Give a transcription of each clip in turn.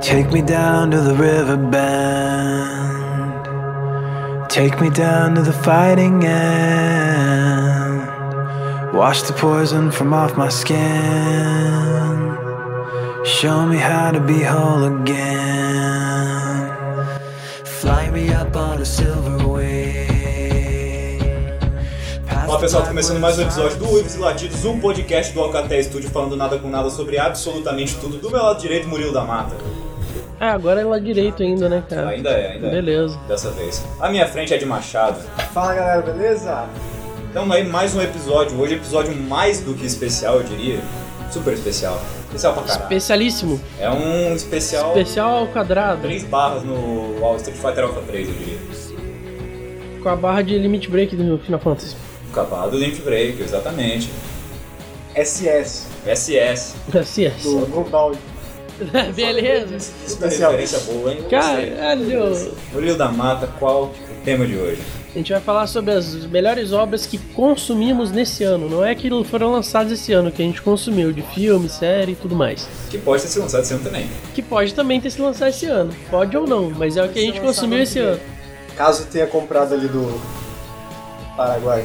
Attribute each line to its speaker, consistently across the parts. Speaker 1: Take me down to the river bend. Take me down to the fighting end. Wash the poison from off my skin. Show me how to be whole again. Fly me up on a silver wing.
Speaker 2: Olá pessoal, começando mais um episódio do Uivos e Latidos, um podcast do Alcatel Studio falando nada com nada sobre absolutamente tudo. Do meu lado direito, Murilo da Mata.
Speaker 3: Ah, agora é lá direito ainda, né, cara?
Speaker 2: Ainda é, ainda é.
Speaker 3: Beleza.
Speaker 2: Dessa vez. A minha frente é de Machado.
Speaker 4: Fala galera, beleza?
Speaker 2: Então aí mais um episódio, hoje episódio mais do que especial, eu diria. Super especial. Especial pra caralho.
Speaker 3: Especialíssimo.
Speaker 2: É um especial...
Speaker 3: Especial ao quadrado.
Speaker 2: Três barras no All Street Fighter Alpha 3, eu diria.
Speaker 3: Com a barra de limit break do Final Fantasy.
Speaker 2: O cavalo do Limp Break, exatamente.
Speaker 4: SS,
Speaker 2: SS.
Speaker 3: Gracias.
Speaker 4: do Global.
Speaker 3: Assim, é Beleza.
Speaker 2: Super
Speaker 4: Especial.
Speaker 2: referência boa, hein?
Speaker 3: é, Caralho.
Speaker 2: Murilo da Mata, qual o tema de hoje?
Speaker 3: A gente vai falar sobre as melhores obras que consumimos nesse ano. Não é que foram lançadas esse ano, que a gente consumiu de filme, série e tudo mais.
Speaker 2: Que pode ter sido lançado esse ano também.
Speaker 3: Que pode também ter se lançado esse ano. Pode ou não, mas é o que a gente consumiu esse ano.
Speaker 4: Caso tenha comprado ali do Paraguai.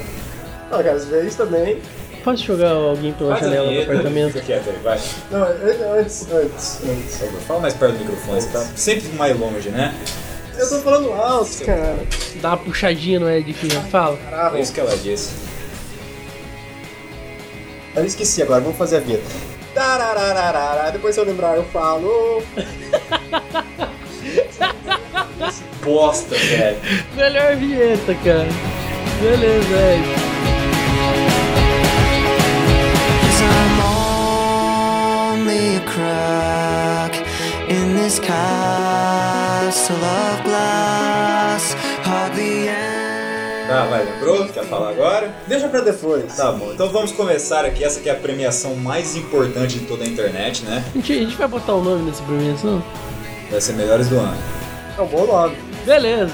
Speaker 4: Ah, cara, às vezes também.
Speaker 3: Posso jogar alguém pela
Speaker 2: Faz a
Speaker 3: janela do
Speaker 2: vinheta,
Speaker 3: apartamento?
Speaker 2: Fica quieto aí, vai.
Speaker 4: Não, an- antes, antes, antes.
Speaker 2: Fala mais perto do microfone, você tá sempre mais longe, né?
Speaker 4: Eu tô falando alto, cara.
Speaker 3: Dá uma puxadinha, não é? De quem já fala.
Speaker 2: Foi É isso que ela disse.
Speaker 4: Eu esqueci agora, vamos fazer a vinheta. Tararararara, Depois se eu lembrar eu falo.
Speaker 2: Bosta, velho.
Speaker 3: Melhor vinheta, cara. Beleza, é. isso.
Speaker 1: Cause I'm only a crack in this castle of glass. Hardly end.
Speaker 2: Tá, vai, lembrou? Quer falar agora?
Speaker 4: Deixa pra depois.
Speaker 2: Tá bom, então vamos começar aqui. Essa que é a premiação mais importante de toda a internet, né?
Speaker 3: A gente, a gente vai botar o nome assim? nessa premiação?
Speaker 2: Vai ser melhores do ano.
Speaker 4: É um bom nome.
Speaker 3: Beleza.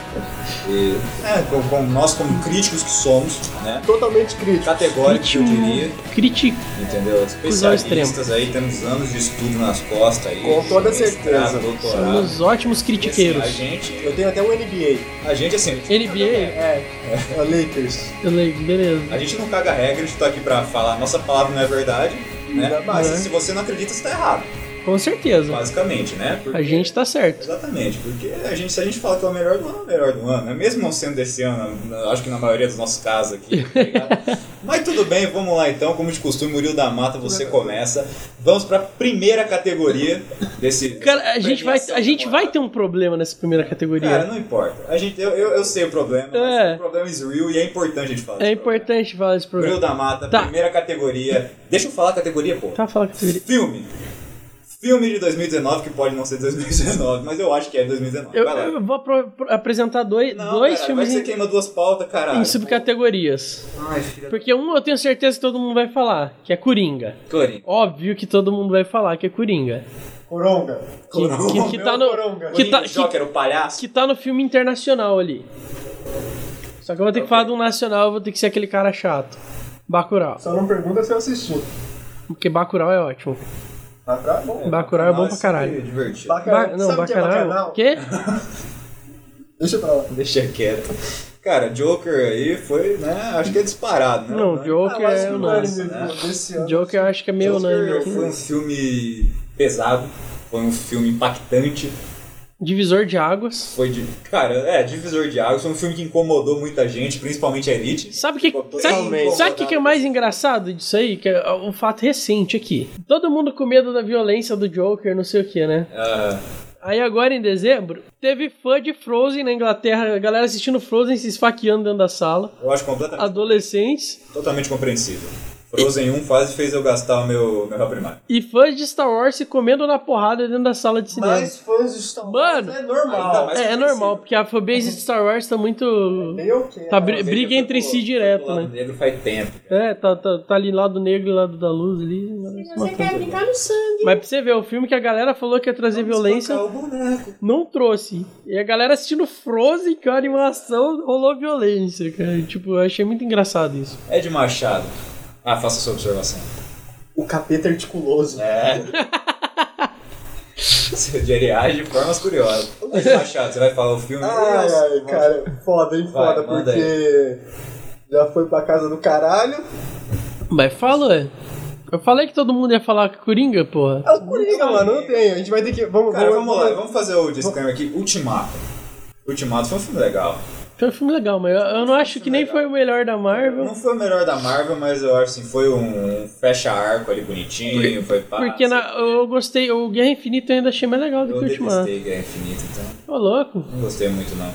Speaker 2: E, é, com- com nós como críticos que somos, né?
Speaker 4: Totalmente crítico.
Speaker 2: Categórico, eu diria,
Speaker 3: Critique.
Speaker 2: entendeu? Especialistas
Speaker 3: extremo.
Speaker 2: aí, temos anos de estudo nas costas aí.
Speaker 4: Com toda certeza.
Speaker 2: mestrado, doutorado.
Speaker 3: Somos ótimos
Speaker 2: E, assim, a
Speaker 3: critiqueiros.
Speaker 2: gente,
Speaker 4: Eu tenho até um NBA.
Speaker 2: a gente assim,
Speaker 3: NBA?
Speaker 4: É, é o Lakers.
Speaker 3: Eu leio, beleza.
Speaker 2: A gente não caga regra, a gente tá aqui pra falar, nossa palavra não é verdade, né?
Speaker 4: Ainda
Speaker 2: Mas
Speaker 4: mais.
Speaker 2: se você não acredita, você tá errado,
Speaker 3: Com certeza.
Speaker 2: basicamente, né? Porque-
Speaker 3: A gente tá certo.
Speaker 2: Exatamente, porque a gente, se a gente fala que é o melhor do ano, é o melhor do ano, né? Mesmo não sendo desse ano, eu acho que na maioria dos nossos casos aqui, tá ligado? Mas tudo bem, vamos lá então, como de costume, Murilo da Mata, você começa. Vamos pra primeira categoria desse.
Speaker 3: Cara, a gente, vai,
Speaker 2: premiação.
Speaker 3: a gente vai ter um problema nessa primeira
Speaker 2: Cara,
Speaker 3: categoria.
Speaker 2: não importa. A gente, eu, eu, eu sei o problema, mas
Speaker 3: É.
Speaker 2: o problema é real e é importante a gente falar.
Speaker 3: É
Speaker 2: desse problema.
Speaker 3: importante falar esse
Speaker 2: Murilo
Speaker 3: problema.
Speaker 2: da Mata,
Speaker 3: Tá.
Speaker 2: primeira categoria. Deixa eu falar a categoria, pô.
Speaker 3: Tá, fala com a categoria.
Speaker 2: Filme. Filme de 2019, que pode não ser 2019, mas eu acho que é 2019.
Speaker 3: Eu,
Speaker 2: Vai lá.
Speaker 3: eu vou apro- apro- apresentar dois,
Speaker 2: Não,
Speaker 3: dois
Speaker 2: cara,
Speaker 3: filmes
Speaker 2: Vai que
Speaker 3: em,
Speaker 2: você queima duas pautas, caralho.
Speaker 3: em subcategorias.
Speaker 2: Ai, filha da
Speaker 3: Porque um eu tenho certeza que todo mundo vai falar, que é Coringa.
Speaker 2: Coringa.
Speaker 3: Óbvio que todo mundo vai falar que é Coringa.
Speaker 4: Coronga.
Speaker 3: Que, que, que tá no,
Speaker 4: Coronga.
Speaker 3: que, tá,
Speaker 2: Coringa,
Speaker 3: que,
Speaker 2: Joker, o palhaço.
Speaker 3: que tá no filme internacional ali. Só que eu vou ter que falar de um nacional, eu vou ter que ser aquele cara chato. Bacurau.
Speaker 4: Só não pergunta se eu assisti.
Speaker 3: Porque Bacurau é ótimo.
Speaker 4: Mas tá bom.
Speaker 3: Bacurau é bom pra
Speaker 2: Nossa, que
Speaker 3: caralho.
Speaker 2: divertido.
Speaker 3: Ba-
Speaker 4: Bacanal.
Speaker 3: não,
Speaker 4: Sabe o que é
Speaker 3: Bacanal.
Speaker 4: bacanal?
Speaker 3: Quê?
Speaker 4: Deixa pra lá.
Speaker 2: Deixa quieto. Cara, Joker aí foi, né? Acho que é disparado, né?
Speaker 3: Não, Joker
Speaker 4: Ah,
Speaker 3: é
Speaker 4: mas
Speaker 3: o
Speaker 4: o
Speaker 3: nosso.
Speaker 4: Unânime desse ano.
Speaker 3: Joker eu acho que é meio unânime
Speaker 2: Joker
Speaker 3: aqui.
Speaker 2: foi um filme pesado, foi um filme impactante,
Speaker 3: Divisor de águas.
Speaker 2: foi de. Cara, é, divisor de águas, foi um filme que incomodou muita gente, principalmente a Elite.
Speaker 3: Sabe o que, sabe,
Speaker 2: Totalmente.
Speaker 3: sabe o que, que é mais engraçado disso aí? Que é um fato recente aqui. Todo mundo com medo da violência do Joker, não sei o que, né?
Speaker 2: Ah,
Speaker 3: Aí agora em dezembro, teve fã de Frozen na Inglaterra, a galera assistindo Frozen se esfaqueando dentro da sala.
Speaker 2: eu acho
Speaker 3: Ah.
Speaker 2: completamente,
Speaker 3: Adolescentes
Speaker 2: totalmente compreensível. Frozen 1 quase fez eu gastar o meu, meu primário.
Speaker 3: e fãs de Star Wars se comendo na porrada dentro da sala de cinema.
Speaker 4: Mas fãs de Star Wars
Speaker 3: Mano,
Speaker 4: é
Speaker 2: ainda
Speaker 4: normal.
Speaker 2: mais-
Speaker 3: é, é
Speaker 2: compreensível.
Speaker 3: normal, porque a fanbase de Star Wars tá muito.
Speaker 4: Eu quero.
Speaker 3: Tá bri-
Speaker 2: Veja,
Speaker 3: briga
Speaker 2: foi
Speaker 3: entre
Speaker 2: pro-
Speaker 3: si
Speaker 2: foi
Speaker 3: direto,
Speaker 2: pro lado
Speaker 3: né?
Speaker 2: negro faz tempo. cara.
Speaker 3: É, tá, tá, tá ali lado negro e lado da luz ali. assim.
Speaker 5: Você quer brincar no sangue.
Speaker 3: Mas pra você ver, o filme que a galera falou que ia trazer violência
Speaker 2: Espancar o boneco.
Speaker 3: não trouxe. E a galera assistindo Frozen, cara, animação, rolou violência, cara. Tipo, eu achei muito engraçado isso.
Speaker 2: Ed É Machado. Ah, faça sua observação.
Speaker 4: É. O capeta articuloso.
Speaker 2: É. Você reage de formas curiosas. Machado, você vai falar o filme.
Speaker 4: Ai,
Speaker 2: nossa,
Speaker 4: ai,
Speaker 2: nossa.
Speaker 4: cara, foda, hein,
Speaker 2: Vai,
Speaker 4: foda,
Speaker 2: manda
Speaker 4: porque já foi pra casa do caralho.
Speaker 3: Mas fala, é. Eu falei que todo mundo ia falar Coringa, porra.
Speaker 4: É o Coringa, mano, não tem. A gente vai ter que. Vamos,
Speaker 2: Cara, vamos lá, vamos fazer o disclaimer aqui. Ultimato. Ultimato foi um filme legal.
Speaker 3: Foi um filme legal, mas eu, eu não acho que nem foi o melhor da Marvel.
Speaker 2: Não foi o melhor da Marvel, mas eu acho assim, foi um fecha-arco ali bonitinho, foi pá.
Speaker 3: Porque na- eu gostei, o Guerra Infinita eu ainda achei mais legal do
Speaker 2: Eu
Speaker 3: que o Ultimato.
Speaker 2: detestei Guerra Infinita, então
Speaker 3: Ô, louco.
Speaker 2: não gostei muito não.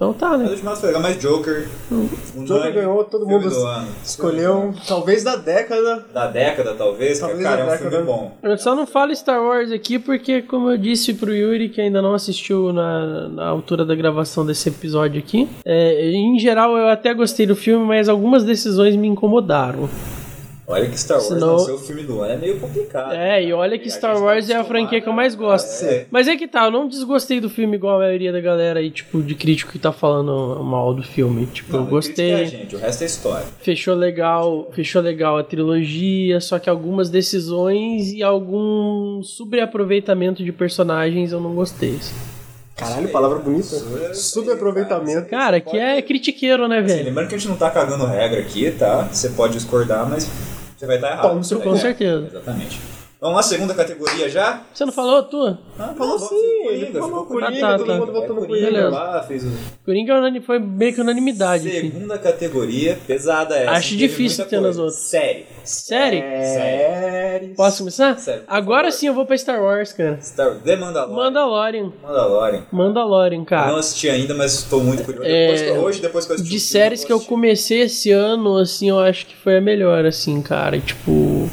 Speaker 3: Então tá,
Speaker 2: Mas o
Speaker 3: né?
Speaker 2: Ultimato foi legal, mas Joker... um
Speaker 4: Joker
Speaker 2: nome,
Speaker 4: ganhou, todo
Speaker 2: filme
Speaker 4: mundo
Speaker 2: do ano.
Speaker 4: Escolheu um, talvez da década.
Speaker 2: Da década, talvez, que,
Speaker 4: Talvez
Speaker 2: cara, é
Speaker 4: da
Speaker 2: um filme
Speaker 4: década.
Speaker 2: bom.
Speaker 3: Eu só não falo Star Wars aqui porque, como eu disse pro Yuri, que ainda não assistiu na, na altura da gravação desse episódio aqui, é, em geral eu até gostei do filme, mas algumas decisões me incomodaram.
Speaker 2: Olha que Star Wars
Speaker 3: Senão-
Speaker 2: não ser o filme do ano é meio complicado.
Speaker 3: É, e olha que
Speaker 2: A
Speaker 3: Star
Speaker 2: gente tá
Speaker 3: Wars é a
Speaker 2: acostumado,
Speaker 3: franquia que eu mais gosto.
Speaker 2: É.
Speaker 3: Mas é que tá, eu não desgostei do filme igual a maioria da galera aí, tipo, de crítico que tá falando mal do filme. Tipo,
Speaker 2: Não, não
Speaker 3: eu
Speaker 2: critica a
Speaker 3: gostei,
Speaker 2: gente, o resto é história.
Speaker 3: fechou legal, fechou legal a trilogia, só que algumas decisões e algum sobreaproveitamento de personagens eu não gostei. assim.
Speaker 4: Caralho, palavra bonita.
Speaker 2: Sobre-
Speaker 4: Subaproveitamento.
Speaker 3: Cara, que é critiqueiro, né,
Speaker 2: Assim,
Speaker 3: velho?
Speaker 2: lembrando que a gente não tá cagando regra aqui, tá? Você pode discordar, mas você vai estar errado.
Speaker 4: Toma no seu
Speaker 2: Tá
Speaker 3: Com
Speaker 2: errado.
Speaker 3: certeza.
Speaker 2: Exatamente. Vamos lá, segunda categoria já?
Speaker 3: Você não falou a tua?
Speaker 2: Ah,
Speaker 4: Não,
Speaker 2: vamos,
Speaker 4: sim,
Speaker 2: Coringa,
Speaker 4: ele falou
Speaker 2: ficou
Speaker 4: Coringa,
Speaker 3: Ah, tá,
Speaker 4: todo
Speaker 3: tá.
Speaker 4: mundo votou no
Speaker 2: É,
Speaker 4: Coringa.
Speaker 3: Beleza.
Speaker 2: lá, fez o...
Speaker 3: Coringa é unani- foi meio que unanimidade. Assim.
Speaker 2: Segunda categoria, pesada essa.
Speaker 3: Acho
Speaker 2: teve
Speaker 3: difícil
Speaker 2: muita
Speaker 3: ter
Speaker 2: coisa.
Speaker 3: nas outras.
Speaker 2: Série.
Speaker 3: Sério?
Speaker 4: É, Séries.
Speaker 3: Posso começar?
Speaker 2: É. Sério, por
Speaker 3: Agora
Speaker 2: favor.
Speaker 3: sim eu vou pra Star Wars, cara.
Speaker 2: Star The Mandalorian.
Speaker 3: Mandalorian.
Speaker 2: Mandalorian.
Speaker 3: Mandalorian,
Speaker 2: Eu
Speaker 3: cara.
Speaker 2: não assisti ainda, mas estou muito curioso. Depois que- hoje, depois que eu assisti
Speaker 3: Ah. É, de
Speaker 2: o filme,
Speaker 3: séries
Speaker 2: vou
Speaker 3: que eu
Speaker 2: assistir.
Speaker 3: comecei esse ano, assim, eu acho que foi a melhor, assim, cara. E, Tipo.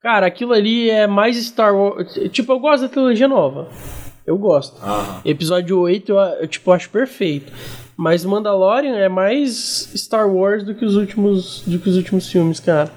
Speaker 3: Cara, aquilo ali é mais Star Wars. Tipo, eu gosto da trilogia nova. Eu gosto.
Speaker 2: Aham.
Speaker 3: Episódio 8 eu, a- eu, tipo, acho perfeito. Mas Mandalorian é mais Star Wars do que os últimos, do que os últimos filmes, cara.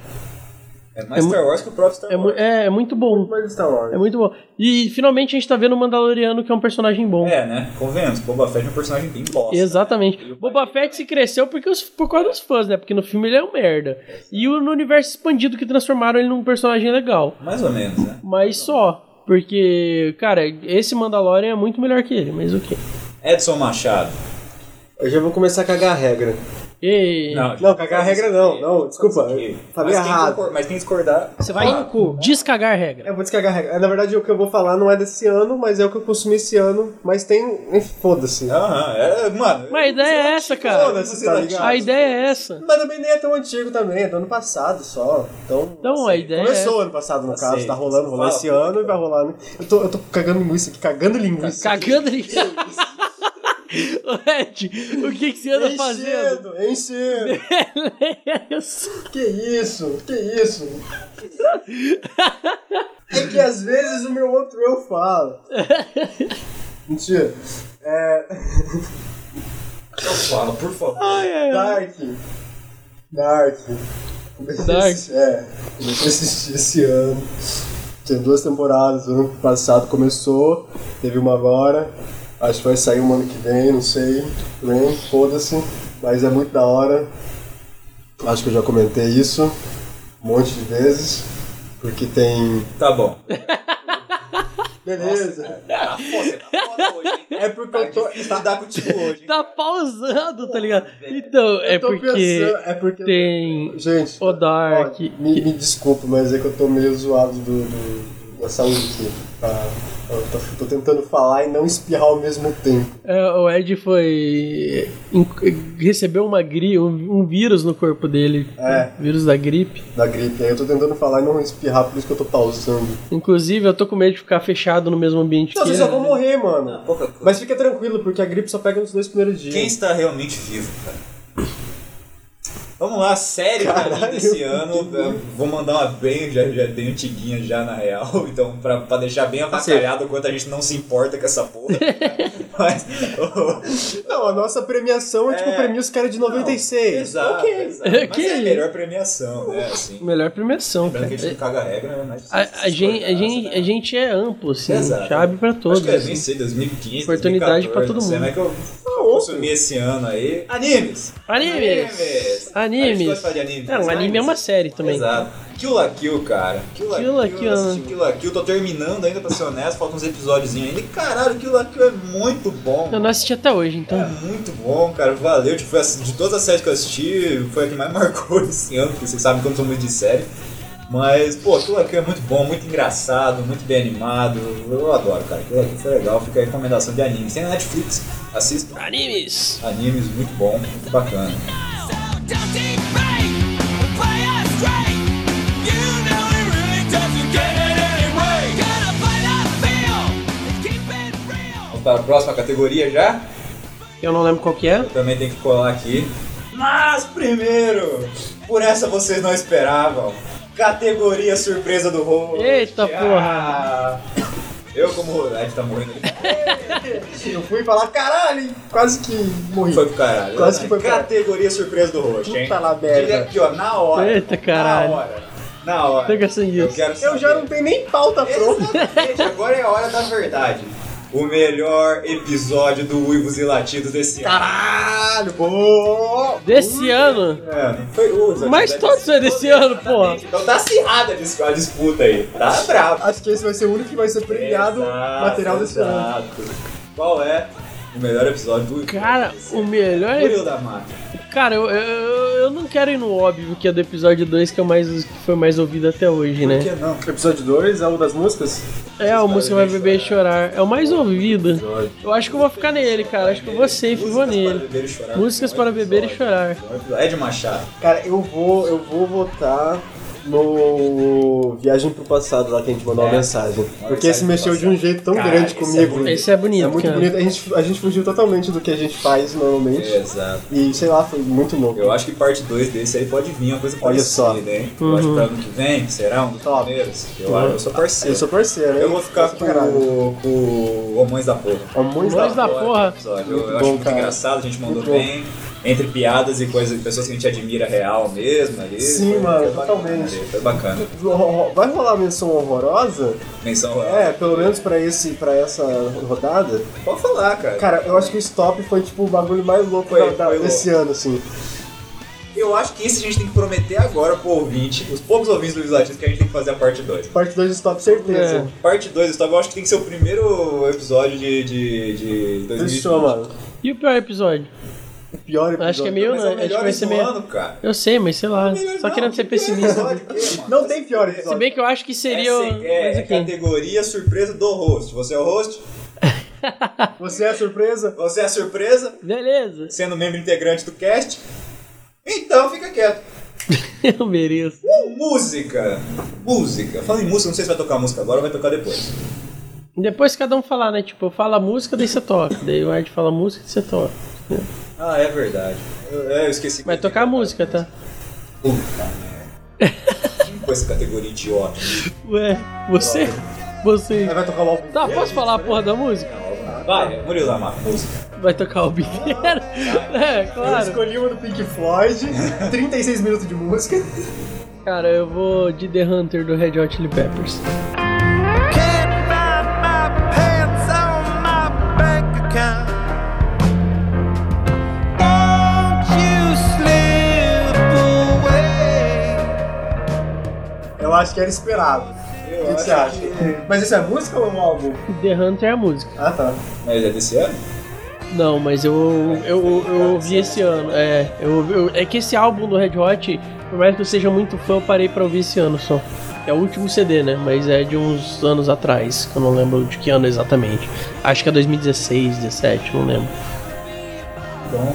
Speaker 2: É mais
Speaker 3: É
Speaker 2: Star Wars que o próprio Star
Speaker 3: É, mu-
Speaker 2: Wars.
Speaker 3: é, é muito bom.
Speaker 4: Mas então, Star Wars.
Speaker 3: É muito bom. E finalmente a gente tá vendo o Mandaloriano, que é um personagem bom.
Speaker 2: É, né? Convenhamos, Boba Fett é um personagem bem bosta.
Speaker 3: Exatamente. Boba Fett se cresceu porque os- por causa dos fãs, né? Porque no filme ele é um merda. E o no universo expandido que transformaram ele num personagem legal.
Speaker 2: Mais ou menos, né?
Speaker 3: Mas só. Porque, cara, esse Mandalorian é muito melhor que ele, mas o quê?
Speaker 2: Edson Machado.
Speaker 4: Eu já vou começar a cagar a regra.
Speaker 3: E...
Speaker 4: Não, cagar a regra não. Não, desculpa. Falei
Speaker 2: mas quem
Speaker 4: errado.
Speaker 2: concor- mas quem discordar.
Speaker 3: Você vai
Speaker 2: Ah,
Speaker 3: descagar a regra.
Speaker 4: Eu vou descarregar a regra. Na verdade, o que eu vou falar não é desse ano, mas é o que eu consumi esse ano. Mas tem. enfim, Foda-se.
Speaker 2: Aham, é, mano.
Speaker 3: Mas a ideia é essa, cara.
Speaker 4: Foda-se, tá ligado?
Speaker 3: A ideia é essa.
Speaker 4: Mas também nem é tão antigo também, é do ano passado só. Então,
Speaker 3: Então a ideia é essa.
Speaker 4: começou ano passado, no
Speaker 2: Tá
Speaker 4: caso,
Speaker 2: certo.
Speaker 4: tá rolando, rolou
Speaker 2: Fala,
Speaker 4: esse
Speaker 2: puta
Speaker 4: ano e
Speaker 2: que
Speaker 4: vai rolar. né? Eu tô, eu tô cagando linguiça aqui, cagando linguiça.
Speaker 3: Cagando ele. Ô, Ed, o que, que você anda fazendo?
Speaker 4: Enchendo, enchendo. Que isso, que isso. é que às vezes o meu outro eu fala. Mentira. É,
Speaker 2: Eu falo, por favor.
Speaker 3: Ai, ai, ai.
Speaker 4: Dark. Dark. Comecei a
Speaker 3: Dark.
Speaker 4: assistir- É, comecei a assistir esse ano. Tem duas temporadas, o ano passado começou, teve uma agora, acho que vai sair um ano que vem, não sei. Vem, foda-se, mas é muito da hora. Acho que eu já comentei isso um monte de vezes, porque tem.
Speaker 2: Tá bom.
Speaker 4: Beleza!
Speaker 2: Tá foda, tá foda hoje, hein?
Speaker 4: É porque
Speaker 2: Tá
Speaker 4: eu tô.
Speaker 2: difícil lidar contigo hoje, hein?
Speaker 3: Tá pausando, tá ligado? Então, é
Speaker 4: eu tô
Speaker 3: porque
Speaker 4: pensando, é porque
Speaker 3: tem
Speaker 4: Gente,
Speaker 3: o Dark.
Speaker 4: ó, me, me desculpa, mas é que eu tô meio zoado do, do- da saúde aqui. tá? Eu tô, tô tentando falar e não espirrar ao mesmo tempo.
Speaker 3: É, o Ed foi. in- recebeu uma gripe, um, um vírus no corpo dele.
Speaker 4: É.
Speaker 3: Vírus da gripe.
Speaker 4: Da gripe, aí eu tô tentando falar e não espirrar, por isso que eu tô pausando.
Speaker 3: Inclusive, eu tô com medo de ficar fechado no mesmo ambiente
Speaker 4: Não,
Speaker 3: que é.
Speaker 4: vocês
Speaker 3: ele.
Speaker 4: só vão morrer, mano.
Speaker 2: Ah, Pouca coisa.
Speaker 4: Mas fica tranquilo, porque a gripe só pega nos dois primeiros dias.
Speaker 2: Quem está realmente vivo, cara? Vamos lá, série pra mim
Speaker 4: Caralho.
Speaker 2: desse ano. Eu Vou mandar uma bem, já, já bem antiguinha já na real. Então, pra, pra deixar bem
Speaker 4: Tá
Speaker 2: avacalhado o quanto a gente não se importa com essa porra. tá Mas. oh,
Speaker 4: Não, a nossa premiação é, tipo, premia os caras de 96.
Speaker 2: exato, exato.
Speaker 3: Ok.
Speaker 2: Mas é a melhor premiação, né? Assim.
Speaker 3: Melhor premiação, cara.
Speaker 2: Lembrando que a gente não caga a regra, né? Mas
Speaker 3: É, A, a gente, a, gente, a gente é amplo, assim.
Speaker 2: né? Exato.
Speaker 3: Chave pra todos.
Speaker 2: Acho que é, nem
Speaker 3: assim.
Speaker 2: sei, 2015. 2014,
Speaker 3: Oportunidade pra todo
Speaker 2: não sei,
Speaker 3: mundo.
Speaker 2: mas né? que eu consumi esse ano aí. Animes!
Speaker 3: Animes!
Speaker 2: A gente
Speaker 3: Animes!
Speaker 2: pode falar de animes,
Speaker 3: Não,
Speaker 2: mas-
Speaker 3: anime é uma série também.
Speaker 2: Exato. Kill la Kill, cara. Kill la
Speaker 3: Kill la
Speaker 2: Kill,
Speaker 3: Kill,
Speaker 2: eu assisti
Speaker 3: né?
Speaker 2: Kill la Kill, tô terminando ainda pra ser honesto, faltam uns episódios ainda. E caralho, Kill la Kill é muito bom.
Speaker 3: Eu não assisti até hoje, então.
Speaker 2: É muito bom, cara. Valeu. Tipo, foi a- de todas as séries que eu assisti, foi a que mais marcou esse ano, porque vocês sabem que eu não sou muito de série. Mas, pô, aquilo aqui é muito bom, muito engraçado, muito bem animado. Eu adoro, cara. Aquilo aqui foi legal. Fica a recomendação de animes. Tem na Netflix, assista.
Speaker 3: Animes!
Speaker 2: Animes muito bom, muito bacana. Vamos para a próxima categoria já?
Speaker 3: Eu não lembro qual que é.
Speaker 2: Eu também tenho que colar aqui. Mas primeiro, por essa vocês não esperavam. Categoria surpresa do Rô.
Speaker 3: Eita
Speaker 2: Ah, Eu como o Ed tá morrendo.
Speaker 4: Eu fui falar, caralho, quase que morri.
Speaker 2: Foi pro caralho.
Speaker 4: Quase que foi pro caralho.
Speaker 2: Categoria surpresa do Roxo, hein?
Speaker 4: Puta lá, merda.
Speaker 2: Diga aqui, ó, na hora.
Speaker 3: Eita, caralho.
Speaker 2: Na hora. Na hora.
Speaker 3: Pega sem
Speaker 2: Eu
Speaker 3: isso.
Speaker 2: quero
Speaker 4: Eu já não tenho nem pauta pronta.
Speaker 2: Exatamente, agora é a hora da verdade. O melhor episódio do Uivos e Latidos desse
Speaker 4: Caralho, boa!
Speaker 3: Desse ano.
Speaker 2: ano. É, foi o-
Speaker 3: Mas todos são desse ano, porra.
Speaker 2: Então tá acirrada a dis- a disputa aí. Tá bravo.
Speaker 4: Acho que esse vai ser o único que vai ser premiado
Speaker 2: Exato,
Speaker 4: material desse ano.
Speaker 2: exato. Qual é o melhor episódio do Uivos?
Speaker 3: Cara, o melhor.
Speaker 2: Murilo da Mata.
Speaker 3: Cara, eu, eu, eu não quero ir no óbvio, que é do episódio 2, que é o mais, que foi mais ouvido até hoje, né?
Speaker 4: É.
Speaker 2: Por que não?
Speaker 4: Episódio 2 é o das músicas?
Speaker 3: É, a música vai beber e chorar. É o mais ouvido. Eu acho que eu vou ficar nele, cara. Acho que eu vou safe, vou
Speaker 2: Músicas para
Speaker 3: nele.
Speaker 2: beber e chorar.
Speaker 3: Músicas para beber e chorar.
Speaker 2: É de Machado.
Speaker 4: Cara, eu vou, eu vou votar no Viagem pro Passado lá que a gente mandou
Speaker 2: É.
Speaker 4: uma mensagem. Porque
Speaker 2: mensagem
Speaker 4: esse mexeu
Speaker 2: pro
Speaker 4: de um jeito tão
Speaker 2: Cara,
Speaker 4: grande
Speaker 2: esse é
Speaker 4: comigo.
Speaker 2: bonito.
Speaker 3: Esse é bonito,
Speaker 4: É muito
Speaker 3: cara.
Speaker 4: bonito. A gente, a gente fugiu totalmente do que a gente faz normalmente.
Speaker 2: Exato.
Speaker 4: E sei lá, foi muito louco.
Speaker 2: Eu acho que parte 2 desse aí pode vir uma coisa
Speaker 4: Olha
Speaker 2: parecida,
Speaker 4: só.
Speaker 2: hein? Eu
Speaker 3: Uhum.
Speaker 2: acho que pra ano que vem, será um dos
Speaker 4: Top.
Speaker 2: primeiros? Eu, acho, eu sou parceiro.
Speaker 4: Eu sou parceiro,
Speaker 2: Eu
Speaker 4: hein?
Speaker 2: vou ficar com,
Speaker 4: Caralho.
Speaker 2: com o Homões da Porra.
Speaker 4: Homões
Speaker 3: Homões
Speaker 4: da
Speaker 3: da- porra.
Speaker 2: episódio. Eu,
Speaker 4: Muito
Speaker 2: eu
Speaker 4: bom,
Speaker 2: acho muito
Speaker 4: cara.
Speaker 2: engraçado, a gente mandou
Speaker 4: Muito bom.
Speaker 2: bem. Entre piadas e coisas, pessoas que a gente admira real mesmo. Ali,
Speaker 4: Sim,
Speaker 2: Foi-
Speaker 4: mano,
Speaker 2: foi bacana,
Speaker 4: totalmente.
Speaker 2: ali, Foi bacana.
Speaker 4: Vai rolar menção horrorosa?
Speaker 2: Menção
Speaker 4: É, pelo menos pra, esse, pra essa rodada.
Speaker 2: Pode falar, cara.
Speaker 4: Cara, eu acho que o Stop foi tipo o bagulho mais louco
Speaker 2: Foi-
Speaker 4: da- da-
Speaker 2: foi
Speaker 4: desse ano, assim.
Speaker 2: Eu acho que isso a gente tem que prometer agora pro ouvinte, os poucos ouvintes do Legislativo, que a gente tem que fazer a parte 2.
Speaker 4: Parte 2 do Stop, certeza.
Speaker 3: É.
Speaker 2: Parte 2, Gustavo, eu acho que tem que ser o primeiro episódio de, de, de 2020.
Speaker 4: Fechou, mano.
Speaker 3: E o pior episódio?
Speaker 4: O pior episódio.
Speaker 3: Acho que é meio-
Speaker 2: Mas é
Speaker 3: Acho
Speaker 2: o
Speaker 3: que
Speaker 2: melhor
Speaker 3: vai
Speaker 2: esse
Speaker 3: ser meio-
Speaker 2: ano, cara.
Speaker 3: Eu sei, mas sei lá.
Speaker 2: Melhor
Speaker 3: Só
Speaker 2: não,
Speaker 3: querendo ser
Speaker 2: que pior
Speaker 3: pessimista.
Speaker 2: episódio que é, mano?
Speaker 4: Não tem pior episódio.
Speaker 3: Se bem que eu acho que seria. o-
Speaker 2: Essa é,
Speaker 3: mas
Speaker 2: é
Speaker 3: aqui.
Speaker 2: categoria surpresa do host. Você é o host?
Speaker 4: Você é surpresa?
Speaker 2: Você é a surpresa?
Speaker 3: Beleza.
Speaker 2: Sendo membro integrante do cast? Então fica quieto.
Speaker 3: Eu mereço.
Speaker 2: Uh, música! Música. Falando em música, não sei se vai tocar música agora ou vai tocar depois.
Speaker 3: Depois cada um falar, né? Tipo, fala a música, daí você toca. Daí o Ed fala a música, você toca.
Speaker 2: Ah, é verdade. Eu, é, eu esqueci. que
Speaker 3: Vai
Speaker 2: eu tinha
Speaker 3: tocar a
Speaker 2: que-
Speaker 3: música, tá?
Speaker 2: Puta merda. Com essa categoria idiota.
Speaker 3: Ué, você? Você.
Speaker 4: Aí vai tocar o álbum.
Speaker 3: Tá, posso falar a porra da música?
Speaker 2: Vai, Murilo Amar, música.
Speaker 3: Vai tocar o bico? É,
Speaker 4: Eu
Speaker 3: claro.
Speaker 4: escolhi uma do Pink Floyd, 36 minutos de música.
Speaker 3: Cara, eu vou de The Hunter do Red Hot Chili Peppers.
Speaker 6: Can't find my pants on my bank account. Won't you slip away?
Speaker 4: Eu acho que era esperado.
Speaker 2: Eu
Speaker 4: o que
Speaker 2: acho
Speaker 4: que você acha?
Speaker 2: que-
Speaker 4: Mas isso é música ou é um álbum?
Speaker 3: The Hunter é a música.
Speaker 4: Ah, tá.
Speaker 2: Mas é desse ano?
Speaker 3: Não, mas eu, eu, eu ouvi esse ano. É, eu, ouvi- eu- é que esse álbum do Red Hot, por mais que eu seja muito fã, eu parei pra ouvir esse ano só. É o último CD, né? Mas é de uns anos atrás, que eu não lembro de que ano exatamente. Acho que é 2016, 17, não lembro.
Speaker 2: Bom.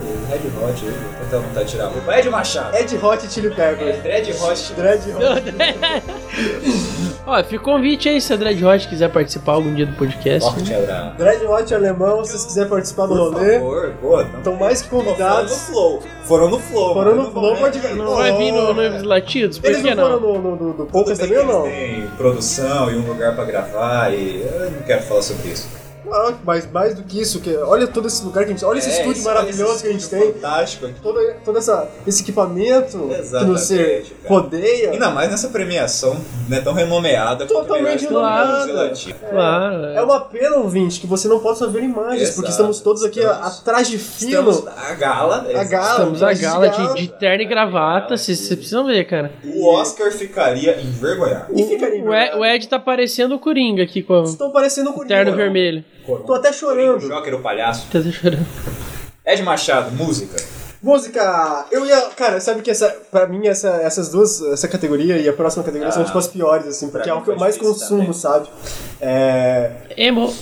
Speaker 2: o Red Hot, eu vou tentar vontade de tirar a roupa. Ed Machado.
Speaker 4: Red Hot Chili Peppers.
Speaker 2: Red É, Hot.
Speaker 4: Dread Hot.
Speaker 3: Ó, fica o convite aí se a Dread Hot quiser participar algum dia do podcast. né?
Speaker 2: Forte abraço.
Speaker 4: Dread Hot é alemão, se vocês quiserem participar do rolê.
Speaker 2: pô. tamo-
Speaker 4: Estão mais que convidados.
Speaker 2: Foram no flow. Foram no flow.
Speaker 4: Foram no
Speaker 2: mas
Speaker 4: flow,
Speaker 2: vão
Speaker 4: pode
Speaker 2: vir.
Speaker 4: vir.
Speaker 3: Não vai vir no Noivos Latidos? Por
Speaker 4: Eles
Speaker 3: que
Speaker 4: não foram
Speaker 3: não?
Speaker 4: no, no, no, do
Speaker 2: Tudo
Speaker 4: Poucas
Speaker 2: bem que
Speaker 4: também ou
Speaker 2: eles
Speaker 4: não?
Speaker 2: têm produção e um lugar pra gravar e... Eu não quero falar sobre isso.
Speaker 4: Maravilhoso, Ah, Mas mais do que isso, que olha todo esse lugar que a gente.
Speaker 2: É,
Speaker 4: Olha esse estúdio maravilhoso que a gente tem.
Speaker 2: um Fantástico aqui.
Speaker 4: Todo, todo essa, esse equipamento que
Speaker 2: Exatamente,
Speaker 4: você
Speaker 2: cara.
Speaker 4: rodeia.
Speaker 2: Ainda mais nessa premiação, né, tão renomeada. quanto
Speaker 4: Totalmente
Speaker 2: melhor, quanto menos
Speaker 4: renomeada.
Speaker 2: relativo.
Speaker 3: Claro, é.
Speaker 4: É uma pena, ouvinte, que você não possa ver imagens,
Speaker 2: Exato,
Speaker 4: porque estamos todos aqui
Speaker 2: estamos-
Speaker 4: atrás de
Speaker 2: Estamos
Speaker 4: fino.
Speaker 2: na gala.
Speaker 4: A gala.
Speaker 3: Estamos a
Speaker 4: mas
Speaker 3: gala
Speaker 4: gala,
Speaker 3: de, de terno e gravata, vocês precisam ver, cara.
Speaker 2: O Oscar ficaria envergonhado.
Speaker 4: E né? ficaria
Speaker 3: O, Ed, o Ed tá parecendo o Coringa aqui com o
Speaker 4: Estão parecendo um Coringa.
Speaker 3: terno vermelho.
Speaker 4: Tô até
Speaker 2: O
Speaker 4: chorando.
Speaker 2: Joker, é o palhaço.
Speaker 3: Tá chorando.
Speaker 2: Ed Machado, música.
Speaker 4: Música! Eu ia. Cara, sabe que essa. Pra mim, essa, essas duas. Essa categoria e a próxima categoria são
Speaker 2: Ah.
Speaker 4: tipo as piores, assim, porque
Speaker 2: Pra
Speaker 4: é
Speaker 2: mim
Speaker 4: o que eu
Speaker 2: foi
Speaker 4: mais
Speaker 2: difícil
Speaker 4: consumo,
Speaker 2: também.
Speaker 4: sabe? É.
Speaker 3: Emo.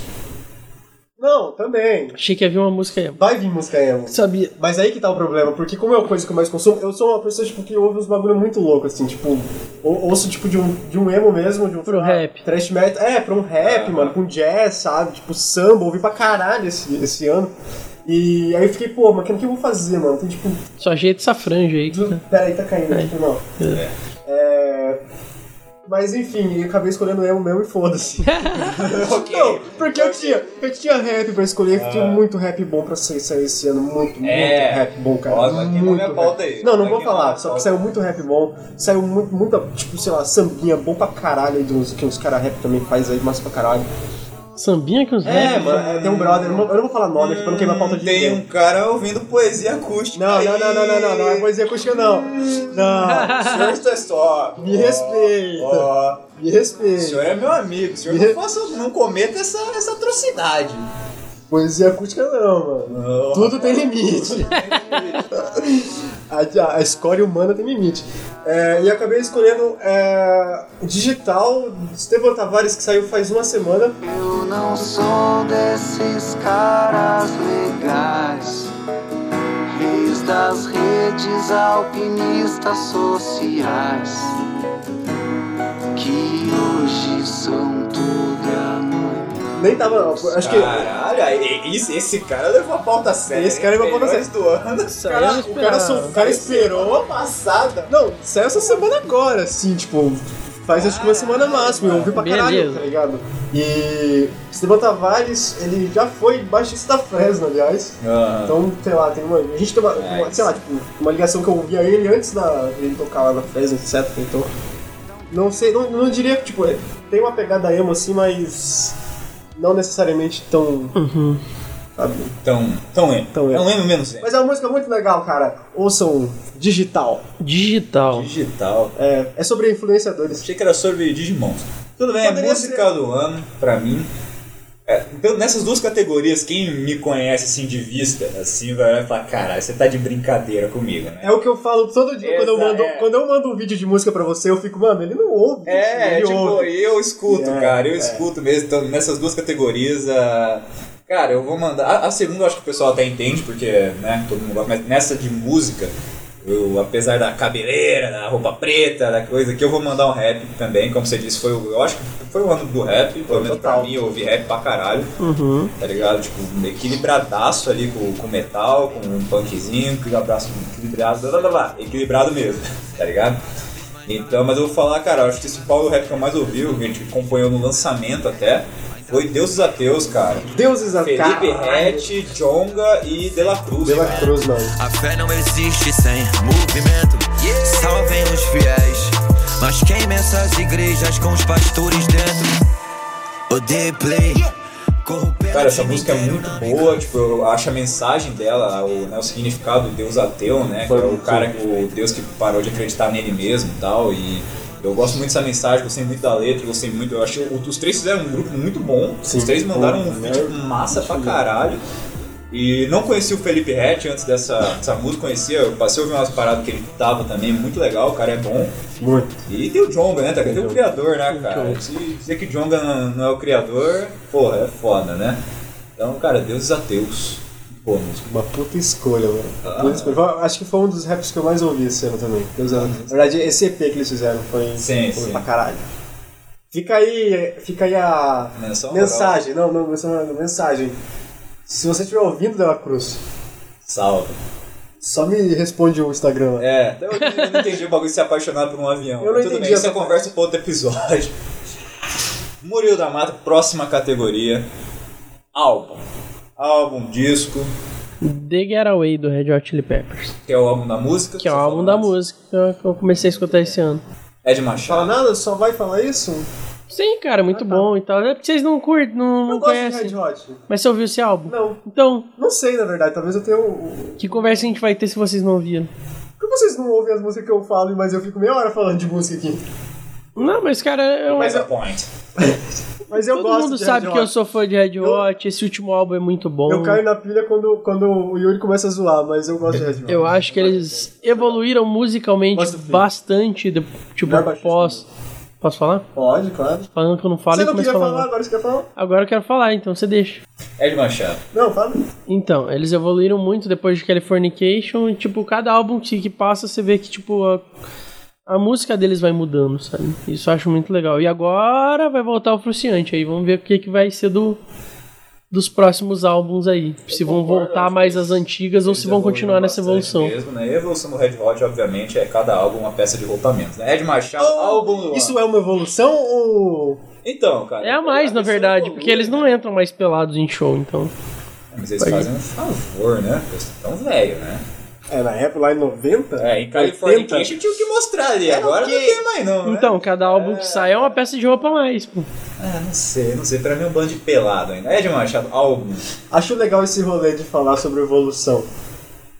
Speaker 4: Não, também.
Speaker 3: Achei que havia uma música emo.
Speaker 4: Vai vir música emo.
Speaker 3: Sabia.
Speaker 4: Mas aí que tá o problema, porque como é uma coisa que eu mais consumo, eu sou uma pessoa tipo, que ouve uns bagulho muito louco, assim, tipo, ou- ouço tipo de um, de um emo mesmo, de um
Speaker 3: Pro
Speaker 4: ah,
Speaker 3: rap.
Speaker 4: Thrash metal. É, pra um rap,
Speaker 2: Ah.
Speaker 4: mano, com jazz, sabe? Tipo, samba, ouvi pra caralho esse, esse ano. E aí eu fiquei, pô, mas o que que eu vou fazer, mano? Tem tipo.
Speaker 3: Só ajeita essa franja aí. que tá-
Speaker 4: Peraí, tá caindo, tipo, não. É. Mas enfim, eu acabei escolhendo emo mesmo e foda-se.
Speaker 2: ok.
Speaker 4: Não, porque eu tinha, eu tinha rap pra escolher, tinha muito rap bom pra sair, sair esse ano, muito, muito
Speaker 2: É.
Speaker 4: rap bom, cara.
Speaker 2: Ó, vai queimar
Speaker 4: muito
Speaker 2: minha
Speaker 4: rap.
Speaker 2: pauta aí.
Speaker 4: Não, não
Speaker 2: Vai
Speaker 4: vou
Speaker 2: queimar
Speaker 4: falar,
Speaker 2: minha
Speaker 4: só que
Speaker 2: pauta.
Speaker 4: saiu muito rap bom, saiu muito, muita, tipo, sei lá, sambinha bom pra caralho aí dos que os caras rap também faz aí, massa pra caralho.
Speaker 3: Sambinha que uns
Speaker 4: É,
Speaker 3: rap.
Speaker 4: mano, é, tem um brother, eu não, eu não vou falar nome aqui um pra não queimar a pauta de
Speaker 2: Tem um
Speaker 4: ninguém.
Speaker 2: cara ouvindo poesia acústica.
Speaker 4: Não, não, não, não, não, não, não é
Speaker 2: poesia.
Speaker 4: poesia acústica não. Não,
Speaker 2: Senhor é só.
Speaker 4: Me respeita.
Speaker 2: Ó,
Speaker 4: me
Speaker 2: o
Speaker 4: respeita.
Speaker 2: senhor é meu amigo. O senhor não, faça, não cometa essa, essa atrocidade.
Speaker 4: Poesia acústica não, mano.
Speaker 2: Não.
Speaker 4: Tudo tem limite. a, a- a escória humana tem limite. É, e acabei escolhendo é, o digital do Estevão Tavares, que saiu faz uma semana.
Speaker 6: Eu não sou desses caras legais, reis das redes alpinistas sociais, que hoje são tudo e amanhã.
Speaker 4: Nem tava. Acho que.
Speaker 2: Caralho, aí, esse, esse cara levou a pauta séria.
Speaker 4: Esse cara levou a pauta
Speaker 2: Melhores do ano.
Speaker 3: Isso aí eu
Speaker 4: Cara,
Speaker 3: não
Speaker 4: o, cara, só-
Speaker 3: esperava.
Speaker 4: o cara esperou.
Speaker 2: Semana passada.
Speaker 4: Não, saiu essa semana agora, assim, tipo. Faz acho que uma
Speaker 2: Ah,
Speaker 4: semana máximo, eu ouvi pra caralho,
Speaker 3: Beleza.
Speaker 4: tá ligado? E Estevão Tavares, ele já foi baixista da Fresno, aliás.
Speaker 2: Ah,
Speaker 4: Então, sei lá, tem uma. A gente tem uma,
Speaker 2: É
Speaker 4: uma- sei lá, tipo, uma ligação que eu ouvia ele antes da ele tocar lá na Fresno, etc. Então. Não sei, não, não diria que, tipo, é, tem uma pegada emo assim, mas. Não necessariamente tão. sabe?
Speaker 2: Então, então é.
Speaker 4: Então é.
Speaker 2: é um M menos M.
Speaker 4: Mas é uma música muito legal, cara. Ouçam digital.
Speaker 3: Digital.
Speaker 2: Digital.
Speaker 4: É, é sobre influenciadores.
Speaker 2: Achei que era sobre Digimon. Tudo bem,
Speaker 4: Poderia
Speaker 2: música do ano, pra mim. É, então, nessas duas categorias, quem me conhece assim de vista, assim, vai olhar e falar, caralho, você tá de brincadeira comigo, né?
Speaker 4: É o que eu falo todo dia quando eu,
Speaker 2: Essa
Speaker 4: mando,
Speaker 2: é.
Speaker 4: quando eu mando um vídeo de música pra você, eu fico, mano, ele não ouve.
Speaker 2: É,
Speaker 4: ele
Speaker 2: tipo,
Speaker 4: ouve.
Speaker 2: eu escuto,
Speaker 4: É,
Speaker 2: cara, eu
Speaker 4: é.
Speaker 2: escuto mesmo. Então, nessas duas categorias, a... cara, eu vou mandar. A, a segunda eu acho que o pessoal até entende, porque, né, todo mundo gosta, mas nessa de música, eu, apesar da cabeleira, da roupa preta, da coisa que eu vou mandar um rap também, como você disse, foi o- eu acho que foi o ano do rap, pelo menos pra
Speaker 4: total.
Speaker 2: mim, eu ouvi rap pra caralho,
Speaker 3: Uhum.
Speaker 2: tá ligado? Tipo, equilibradaço ali com, com metal, com um punkzinho, com um abraço equilibrado, blá, blá, blá, blá, equilibrado mesmo, tá ligado? Então, mas eu vou falar, cara, eu acho que esse Paulo Rap que eu mais ouvi, que a gente acompanhou no lançamento até, foi Deuses Ateus, cara.
Speaker 4: Deuses a
Speaker 2: Felipe Rett, Jonga e De La Cruz.
Speaker 4: Pela
Speaker 2: cara.
Speaker 4: cruz, mano.
Speaker 7: A fé não existe sem movimento. Salvem os fiéis, mas queimem essas igrejas com os pastores dentro. Odeio play. corrompendo
Speaker 2: Cara, essa
Speaker 7: o
Speaker 2: música é muito
Speaker 7: cemitério.
Speaker 2: boa, tipo, eu acho a mensagem dela, o, né, o significado do Deus ateu, né? Que é o cara, que- o Deus que parou de acreditar nele mesmo e tal. E eu gosto muito dessa mensagem, gostei muito da letra, gostei muito. Eu acho que os três fizeram um grupo muito bom. os
Speaker 4: Sim.
Speaker 2: três mandaram um
Speaker 4: Pô,
Speaker 2: vídeo
Speaker 4: né?
Speaker 2: massa pra caralho. E não conheci o Felipe Rett antes dessa, dessa música, conhecia, eu passei a ouvir umas paradas que ele tava também, muito legal, o cara é bom.
Speaker 4: Muito.
Speaker 2: E tem o Jonga, né? Tem o criador, né, cara? Se dizer que Jonga não não é o criador, porra, é foda, né? Então, cara, deuses ateus. Boa música.
Speaker 4: Uma puta escolha, mano.
Speaker 2: Ah.
Speaker 4: Puta escolha. Foi- Acho que foi um dos raps que eu mais ouvi esse ano também. Deus é- Na verdade, esse EP que eles fizeram foi,
Speaker 2: Sim,
Speaker 4: foi
Speaker 2: sim.
Speaker 4: pra caralho. Fica aí, fica aí a
Speaker 2: Menção moral.
Speaker 4: mensagem. Não, não, menção moral, não, mensagem. Se você estiver ouvindo Dela Cruz,
Speaker 2: Salve.
Speaker 4: só me responde o Instagram lá.
Speaker 2: É, até hoje eu não entendi o bagulho de se apaixonar por um avião.
Speaker 4: Eu não
Speaker 2: Mas Tudo
Speaker 4: entendi
Speaker 2: bem, isso é
Speaker 4: essa
Speaker 2: conversa pra outro episódio. Murilo da Mata, próxima categoria. álbum. Álbum, disco,
Speaker 3: The Getaway do Red Hot Chili Peppers,
Speaker 2: que é o álbum da música.
Speaker 3: que é o
Speaker 2: você
Speaker 3: álbum
Speaker 2: falou
Speaker 3: da
Speaker 2: antes.
Speaker 3: música que eu- que eu comecei a escutar esse ano.
Speaker 2: Ed
Speaker 4: Fala
Speaker 2: Machado.
Speaker 4: nada, só vai falar isso?
Speaker 3: Sim, cara, muito bom e tal. É porque vocês não curtem, não, não
Speaker 4: Ah, tá. Eu gosto de
Speaker 3: conhecem.
Speaker 4: Red Hot.
Speaker 3: Mas você ouviu esse álbum?
Speaker 4: Não,
Speaker 3: Então,
Speaker 4: não sei na verdade, talvez eu tenha um. um-
Speaker 3: que conversa a gente vai ter se vocês não ouviram?
Speaker 4: Por que vocês não ouvem as músicas que eu falo, mas eu fico meia hora falando de música aqui?
Speaker 3: Não, mas cara, eu,
Speaker 2: Mas a point.
Speaker 4: Mas eu
Speaker 3: todo
Speaker 4: gosto
Speaker 3: mundo
Speaker 4: de
Speaker 3: sabe
Speaker 4: Red
Speaker 3: que eu
Speaker 4: Hot.
Speaker 3: sou fã de Red Hot, esse último álbum é muito bom.
Speaker 4: Eu caio na pilha quando, quando o Yuri começa a zoar, mas eu gosto de Red Hot.
Speaker 3: Eu acho que eles evoluíram musicalmente
Speaker 4: Gosto do filme.
Speaker 3: bastante, de, tipo,
Speaker 4: Melhor baixista
Speaker 3: pós... Posso falar?
Speaker 4: Pode, claro.
Speaker 3: Falando que eu não falo,
Speaker 4: Você
Speaker 3: eu
Speaker 4: não
Speaker 3: começo
Speaker 4: queria
Speaker 3: a falar.
Speaker 4: falar, agora você quer falar?
Speaker 3: Agora eu quero falar, então você deixa.
Speaker 2: Ed Machado.
Speaker 4: Não, fala.
Speaker 3: Então, eles evoluíram muito depois de Californication e, tipo, cada álbum que, que passa, você vê que, tipo, a, a música deles vai mudando, sabe? Isso eu acho muito legal. E agora vai voltar o Fruciante aí, vamos ver o que, que vai ser do, dos próximos álbuns aí. Se vão
Speaker 2: concordo,
Speaker 3: voltar
Speaker 2: acho
Speaker 3: mais
Speaker 2: que
Speaker 3: às antigas ou Então, se
Speaker 2: Eles
Speaker 3: vão
Speaker 2: evoluíram
Speaker 3: continuar nessa
Speaker 2: bastante
Speaker 3: evolução.
Speaker 2: Mesmo, né? E A evolução do Red Hot, obviamente, é cada álbum uma peça de rompamento. Né? Ed Machado,
Speaker 3: Oh,
Speaker 2: álbum do
Speaker 4: Isso
Speaker 2: ano.
Speaker 4: é uma evolução ou.
Speaker 2: Então, cara.
Speaker 3: É a mais, na
Speaker 2: pessoa
Speaker 3: verdade,
Speaker 2: evolui,
Speaker 3: porque eles não entram mais pelados em show, então.
Speaker 2: né? Mas eles fazem um favor, né? Eles estão velho, né?
Speaker 4: É, na época lá em 90?
Speaker 2: É, em Californication tinha o que mostrar ali. Agora não tem mais, não. né?
Speaker 3: Então, cada álbum que sai é uma peça de roupa a mais, pô.
Speaker 2: Ah, não sei, não sei. Pra mim é um bando de pelado ainda. Ed Machado, álbum.
Speaker 4: Acho legal esse rolê de falar sobre evolução.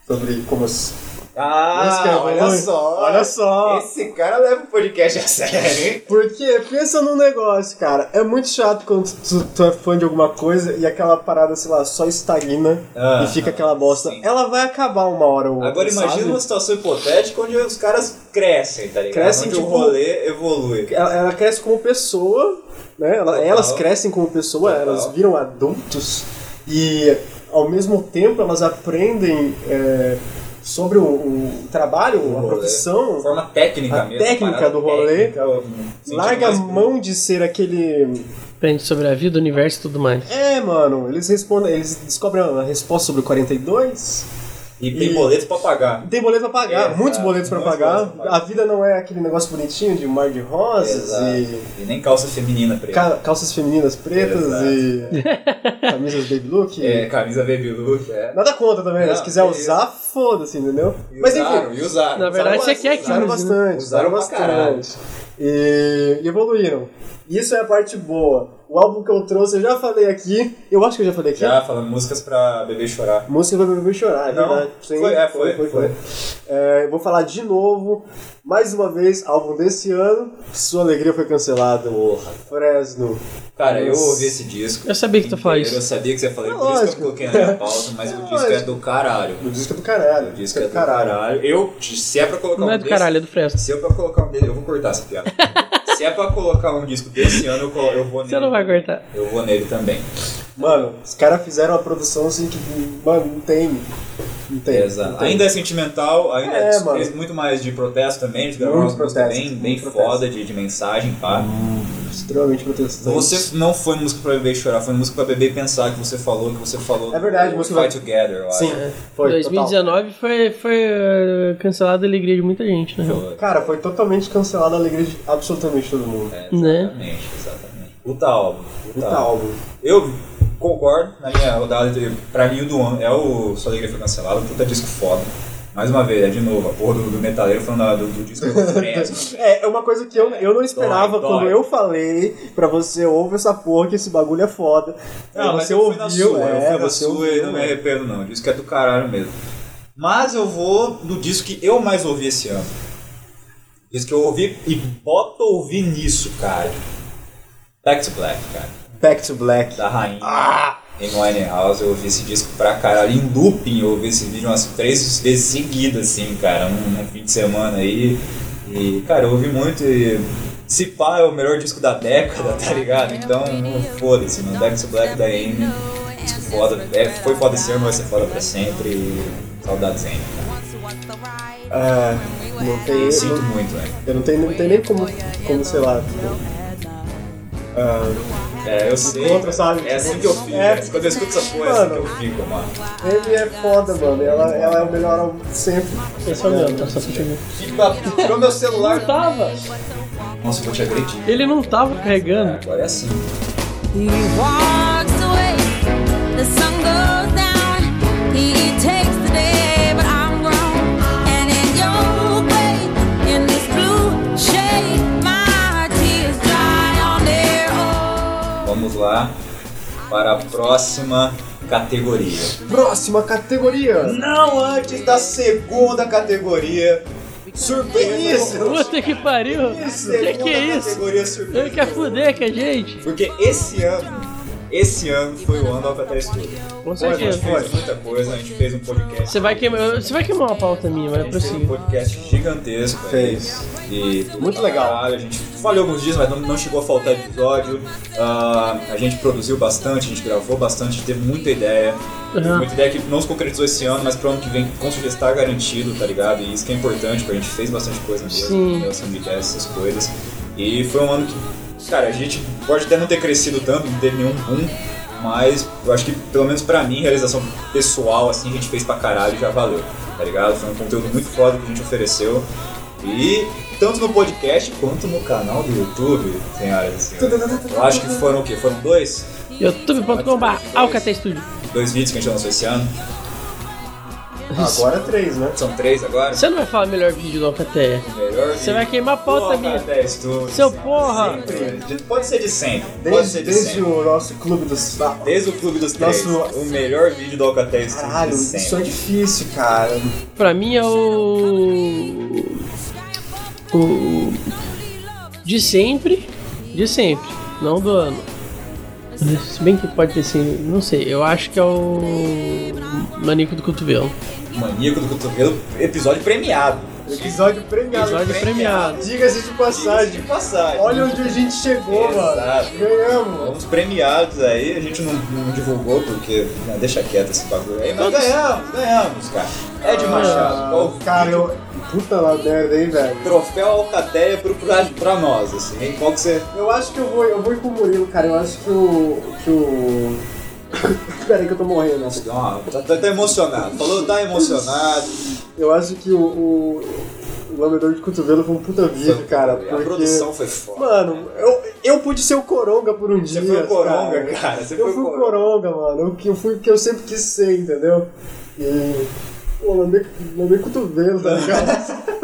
Speaker 4: Sobre como. as- Esse que é
Speaker 2: Ah,
Speaker 4: o
Speaker 2: olha
Speaker 4: valor.
Speaker 2: só.
Speaker 4: Olha só.
Speaker 2: Esse cara leva o podcast a sério, hein?
Speaker 4: Porque pensa num negócio, cara. É muito chato quando tu, tu é fã de alguma coisa e aquela parada, sei lá, só estagna
Speaker 2: Ah,
Speaker 4: e fica aquela bosta.
Speaker 2: sim.
Speaker 4: Ela vai acabar uma hora ou outra.
Speaker 2: Agora imagina
Speaker 4: sabe?
Speaker 2: uma situação hipotética onde os caras crescem, tá ligado?
Speaker 4: Crescem,
Speaker 2: onde o
Speaker 4: tipo-
Speaker 2: rolê evolui.
Speaker 4: ela, ela cresce como pessoa, né? Ela-
Speaker 2: Total.
Speaker 4: elas crescem como pessoa,
Speaker 2: Total.
Speaker 4: elas viram adultos e ao mesmo tempo elas aprendem é, sobre o, o trabalho,
Speaker 2: O
Speaker 4: a
Speaker 2: rolê.
Speaker 4: profissão,
Speaker 2: Forma técnica
Speaker 4: a
Speaker 2: mesmo.
Speaker 4: técnica
Speaker 2: parada
Speaker 4: do rolê. é
Speaker 2: técnica, o sentido
Speaker 4: larga a
Speaker 2: mais-
Speaker 4: mão de ser aquele.
Speaker 3: Aprende sobre a vida, o universo e tudo mais.
Speaker 4: É, mano, eles respondem, eles descobrem a resposta sobre o 42.
Speaker 2: E tem
Speaker 4: e-
Speaker 2: boleto pra pagar.
Speaker 4: Tem boleto pra pagar,
Speaker 2: Exato,
Speaker 4: muitos boletos pra
Speaker 2: muitos
Speaker 4: pagar.
Speaker 2: boletos pra pagar.
Speaker 4: A vida não é aquele negócio bonitinho de um mar de rosas e
Speaker 2: E nem calça feminina pra ele.
Speaker 4: ca- calças femininas pretas
Speaker 2: Exato.
Speaker 4: e camisas baby look.
Speaker 2: É, camisa baby look, é.
Speaker 4: Nada contra também, né?
Speaker 2: Não,
Speaker 4: se quiser
Speaker 2: beleza.
Speaker 4: usar, foda-se, entendeu?
Speaker 2: E
Speaker 4: Mas
Speaker 2: usaram,
Speaker 4: enfim,
Speaker 2: E usaram.
Speaker 3: Na verdade,
Speaker 2: Usaram
Speaker 3: você quer que
Speaker 4: usaram
Speaker 2: bastante.
Speaker 3: use, né?
Speaker 4: bastante,
Speaker 2: Usaram
Speaker 4: usaram
Speaker 2: pra caralho.
Speaker 4: bastante. E evoluíram. Isso é a parte boa. O álbum que eu trouxe, eu já falei aqui, eu acho que eu já falei aqui.
Speaker 2: Já falando músicas pra bebê chorar.
Speaker 4: Música vai me ver chorar, é
Speaker 2: Não,
Speaker 4: verdade.
Speaker 2: foi, é, foi, foi.
Speaker 4: É, eu vou falar de novo, mais uma vez, álbum desse ano, Sua Alegria Foi Cancelada,
Speaker 2: Porra.
Speaker 4: Fresno.
Speaker 2: Cara, eu
Speaker 4: Nossa.
Speaker 2: ouvi esse disco.
Speaker 3: Eu sabia que tu ia falar
Speaker 2: inteiro,
Speaker 3: isso.
Speaker 2: Eu sabia que você ia falar isso,
Speaker 4: É
Speaker 2: por isso que
Speaker 4: lógico.
Speaker 2: eu coloquei na minha pauta, mas
Speaker 4: É
Speaker 2: o disco é
Speaker 4: lógico.
Speaker 2: do caralho.
Speaker 4: O disco é do caralho.
Speaker 2: O disco é do caralho. Eu, se é pra colocar
Speaker 3: Não
Speaker 2: um
Speaker 3: é do
Speaker 2: desse-
Speaker 3: caralho, é do Fresno.
Speaker 2: Se é pra colocar um dele, eu vou cortar essa piada. Se é pra colocar um disco desse ano, eu, colo- eu vou nele.
Speaker 3: Você não vai cortar.
Speaker 2: Eu vou nele também.
Speaker 4: Mano, os caras fizeram uma produção assim que, mano, não tem. Não tem. não
Speaker 2: Exato.
Speaker 4: tem.
Speaker 2: Ainda é sentimental, ainda
Speaker 4: É,
Speaker 2: é,
Speaker 4: mano.
Speaker 2: fez muito mais de protesto também, de gravar
Speaker 4: Muito
Speaker 2: umas músicas
Speaker 4: protesto,
Speaker 2: bem,
Speaker 4: muito
Speaker 2: bem
Speaker 4: protesto.
Speaker 2: foda de, de mensagem, pá.
Speaker 4: extremamente protestante.
Speaker 2: Você não foi música pra beber e chorar, foi música pra beber e pensar que você falou, que você falou.
Speaker 4: É verdade,
Speaker 2: do
Speaker 4: música
Speaker 2: Fight
Speaker 4: pra-
Speaker 2: Together, eu acho.
Speaker 4: Sim,
Speaker 3: É.
Speaker 4: foi.
Speaker 3: 2019 foi, foi eh, cancelada a alegria de muita gente, né?
Speaker 4: total. Cara, foi totalmente cancelada a alegria de absolutamente todo mundo.
Speaker 2: É, tá.
Speaker 3: Né?
Speaker 2: Exatamente, exatamente. Puta álbum. Puta
Speaker 4: Puta
Speaker 2: álbum.
Speaker 4: álbum.
Speaker 2: Eu concordo na minha rodada. de- Pra mim, o do ano é o Sua Alegria Foi Cancelada. Puta disco foda. Mais uma vez, é de novo, a porra do, do metaleiro falando da- do, do disco do Fresno.
Speaker 4: É, é uma coisa que eu, eu não esperava
Speaker 2: Dói, dói.
Speaker 4: quando eu falei pra você, ouve essa porra que esse bagulho é foda. Aí
Speaker 2: Não, Ah, mas
Speaker 4: você
Speaker 2: eu fui
Speaker 4: ouviu,
Speaker 2: na sua,
Speaker 4: é,
Speaker 2: eu fui na
Speaker 4: você
Speaker 2: sua e
Speaker 4: ouviu,
Speaker 2: não me arrependo não, o disco é do caralho mesmo. Mas eu vou no disco que eu mais ouvi esse ano. Disco que eu ouvi e bota ouvir nisso, cara. Back to Black, cara.
Speaker 4: Back to Black.
Speaker 2: da rainha em Winehouse. Eu ouvi esse disco pra caralho. Em looping, eu ouvi esse vídeo umas três vezes seguidas, assim, cara, num, num fim de semana aí. E, cara, eu ouvi muito e. Se pá é o melhor disco da década, tá ligado? Então, foda-se, mano. Back to Black da Amy. Disco foda. É, foi foda esse ano, vai ser foda pra sempre. E saudades Amy.
Speaker 4: É, não tem,
Speaker 2: Eu sinto muito, né?
Speaker 4: eu não tenho, não tem nem como, como, sei lá, tipo, ah,
Speaker 2: É, eu sei.
Speaker 4: Encontro, sabe?
Speaker 2: É assim que eu fico.
Speaker 4: É.
Speaker 2: Quando eu escuto essa porra, é assim que eu fico, mano.
Speaker 4: ele é foda, mano. Ela, ela é o melhor álbum de sempre.
Speaker 3: Esse é o meu, tá só pra chegar.
Speaker 2: Fica- Tirou meu celular.
Speaker 3: Tava!
Speaker 2: Nossa, eu vou te agredir.
Speaker 3: Ele não tava carregando.
Speaker 2: Agora é assim.
Speaker 8: He walks away the sun goes down, he takes the day, but I'm grown. And in your way, in this blue shade, my tears dry on their own.
Speaker 2: Vamos lá para a próxima categoria.
Speaker 4: Próxima categoria.
Speaker 2: Não antes da segunda categoria. Surpresa!
Speaker 3: Puta que pariu!
Speaker 2: Segunda
Speaker 3: Que que é isso?
Speaker 2: Categoria
Speaker 3: Ele quer
Speaker 2: surpresa.
Speaker 3: fuder com a gente?
Speaker 2: Porque esse ano, esse ano foi o ano da Alcatel Studio.
Speaker 3: Com
Speaker 2: A gente
Speaker 3: certeza.
Speaker 2: fez muita coisa, a gente fez um podcast.
Speaker 3: Você vai queimar, você vai queimar uma pauta minha, mas é
Speaker 2: Fez um
Speaker 3: possível.
Speaker 2: podcast gigantesco.
Speaker 4: Fez.
Speaker 2: E tudo
Speaker 4: Muito
Speaker 2: pra
Speaker 4: legal.
Speaker 2: caralho. A gente falhou alguns dias, mas não, não chegou a faltar episódio. Ah, a gente produziu bastante, a gente gravou bastante, a gente teve muita ideia. Teve
Speaker 3: Uhum.
Speaker 2: Muita ideia que não se concretizou esse ano, mas pro ano que vem com certeza está garantido, tá ligado? E isso que é importante, porque a gente fez bastante coisa mesmo,
Speaker 3: Sim.
Speaker 2: relação de ideias, essas coisas. E foi um ano que, cara, a gente pode até não ter crescido tanto, não teve nenhum boom, mas eu acho que, pelo menos pra mim, realização pessoal, assim, a gente fez pra caralho e já valeu, tá ligado? Foi um conteúdo muito foda que a gente ofereceu. E tanto no podcast quanto no canal do YouTube, senhoras e senhores. Eu acho que foram o quê? Foram dois?
Speaker 3: youtube.com.br Alcatel Studio.
Speaker 2: Dois vídeos que a gente lançou esse ano.
Speaker 4: Agora três, né?
Speaker 2: São três agora.
Speaker 3: Você não vai falar melhor vídeo do Alcatel.
Speaker 2: Melhor
Speaker 3: Você
Speaker 2: vídeo.
Speaker 3: vai queimar a pauta
Speaker 2: Porra,
Speaker 3: minha.
Speaker 2: até estudo,
Speaker 3: Seu
Speaker 2: sempre,
Speaker 3: porra.
Speaker 2: sempre. De- Pode ser de sempre. Pode
Speaker 4: Desde,
Speaker 2: ser de
Speaker 4: desde
Speaker 2: sempre. Tá,
Speaker 4: o nosso clube dos. Ah,
Speaker 2: Desde o Clube dos Três.
Speaker 4: Nosso-
Speaker 2: O melhor vídeo do Alcatel Studio
Speaker 4: Caralho,
Speaker 2: de sempre.
Speaker 4: isso é difícil, cara.
Speaker 3: Pra mim é o. O. De sempre. De sempre. Não do ano. Se bem que pode ter sido. Não sei. Eu acho que é o. Manico do Cotovelo.
Speaker 2: Maníaco do Cotovelo, episódio premiado.
Speaker 4: Episódio premiado.
Speaker 3: Episódio premiado.
Speaker 4: Diga-se de
Speaker 2: Diga-se de
Speaker 4: passagem.
Speaker 2: passagem.
Speaker 4: Olha onde a gente chegou,
Speaker 2: Exato.
Speaker 4: mano. Ganhamos.
Speaker 2: Fomos premiados aí, a gente não, não divulgou porque. Não, deixa quieto esse bagulho aí, mas
Speaker 3: Todos-
Speaker 2: ganhamos, ganhamos, cara. Ed Machado, qual
Speaker 4: Ah,
Speaker 2: o
Speaker 4: cara, eu. Puta lá merda, hein, velho.
Speaker 2: troféu Alcateia pro, pra, pra nós, assim, hein? Qual que você.
Speaker 4: Eu acho que eu vou, eu vou ir com o Murilo, cara. Eu acho que o. Que o. Peraí que eu tô morrendo. né?
Speaker 2: Ó, tá, tá- tá emocionado. Falou, tá emocionado.
Speaker 4: Eu acho que o. o... o lambedor de cotovelo foi um puta vídeo, cara. Porque...
Speaker 2: A produção foi foda.
Speaker 4: Mano, eu, eu pude ser o Coronga por um
Speaker 2: Você
Speaker 4: dia.
Speaker 2: foi o Coronga, cara. Você
Speaker 4: eu
Speaker 2: foi o
Speaker 4: fui o Coronga, mano. Eu, que- eu fui o que eu sempre quis ser, entendeu? E. Pô, lambei, lambei cotovelo, tá ligado?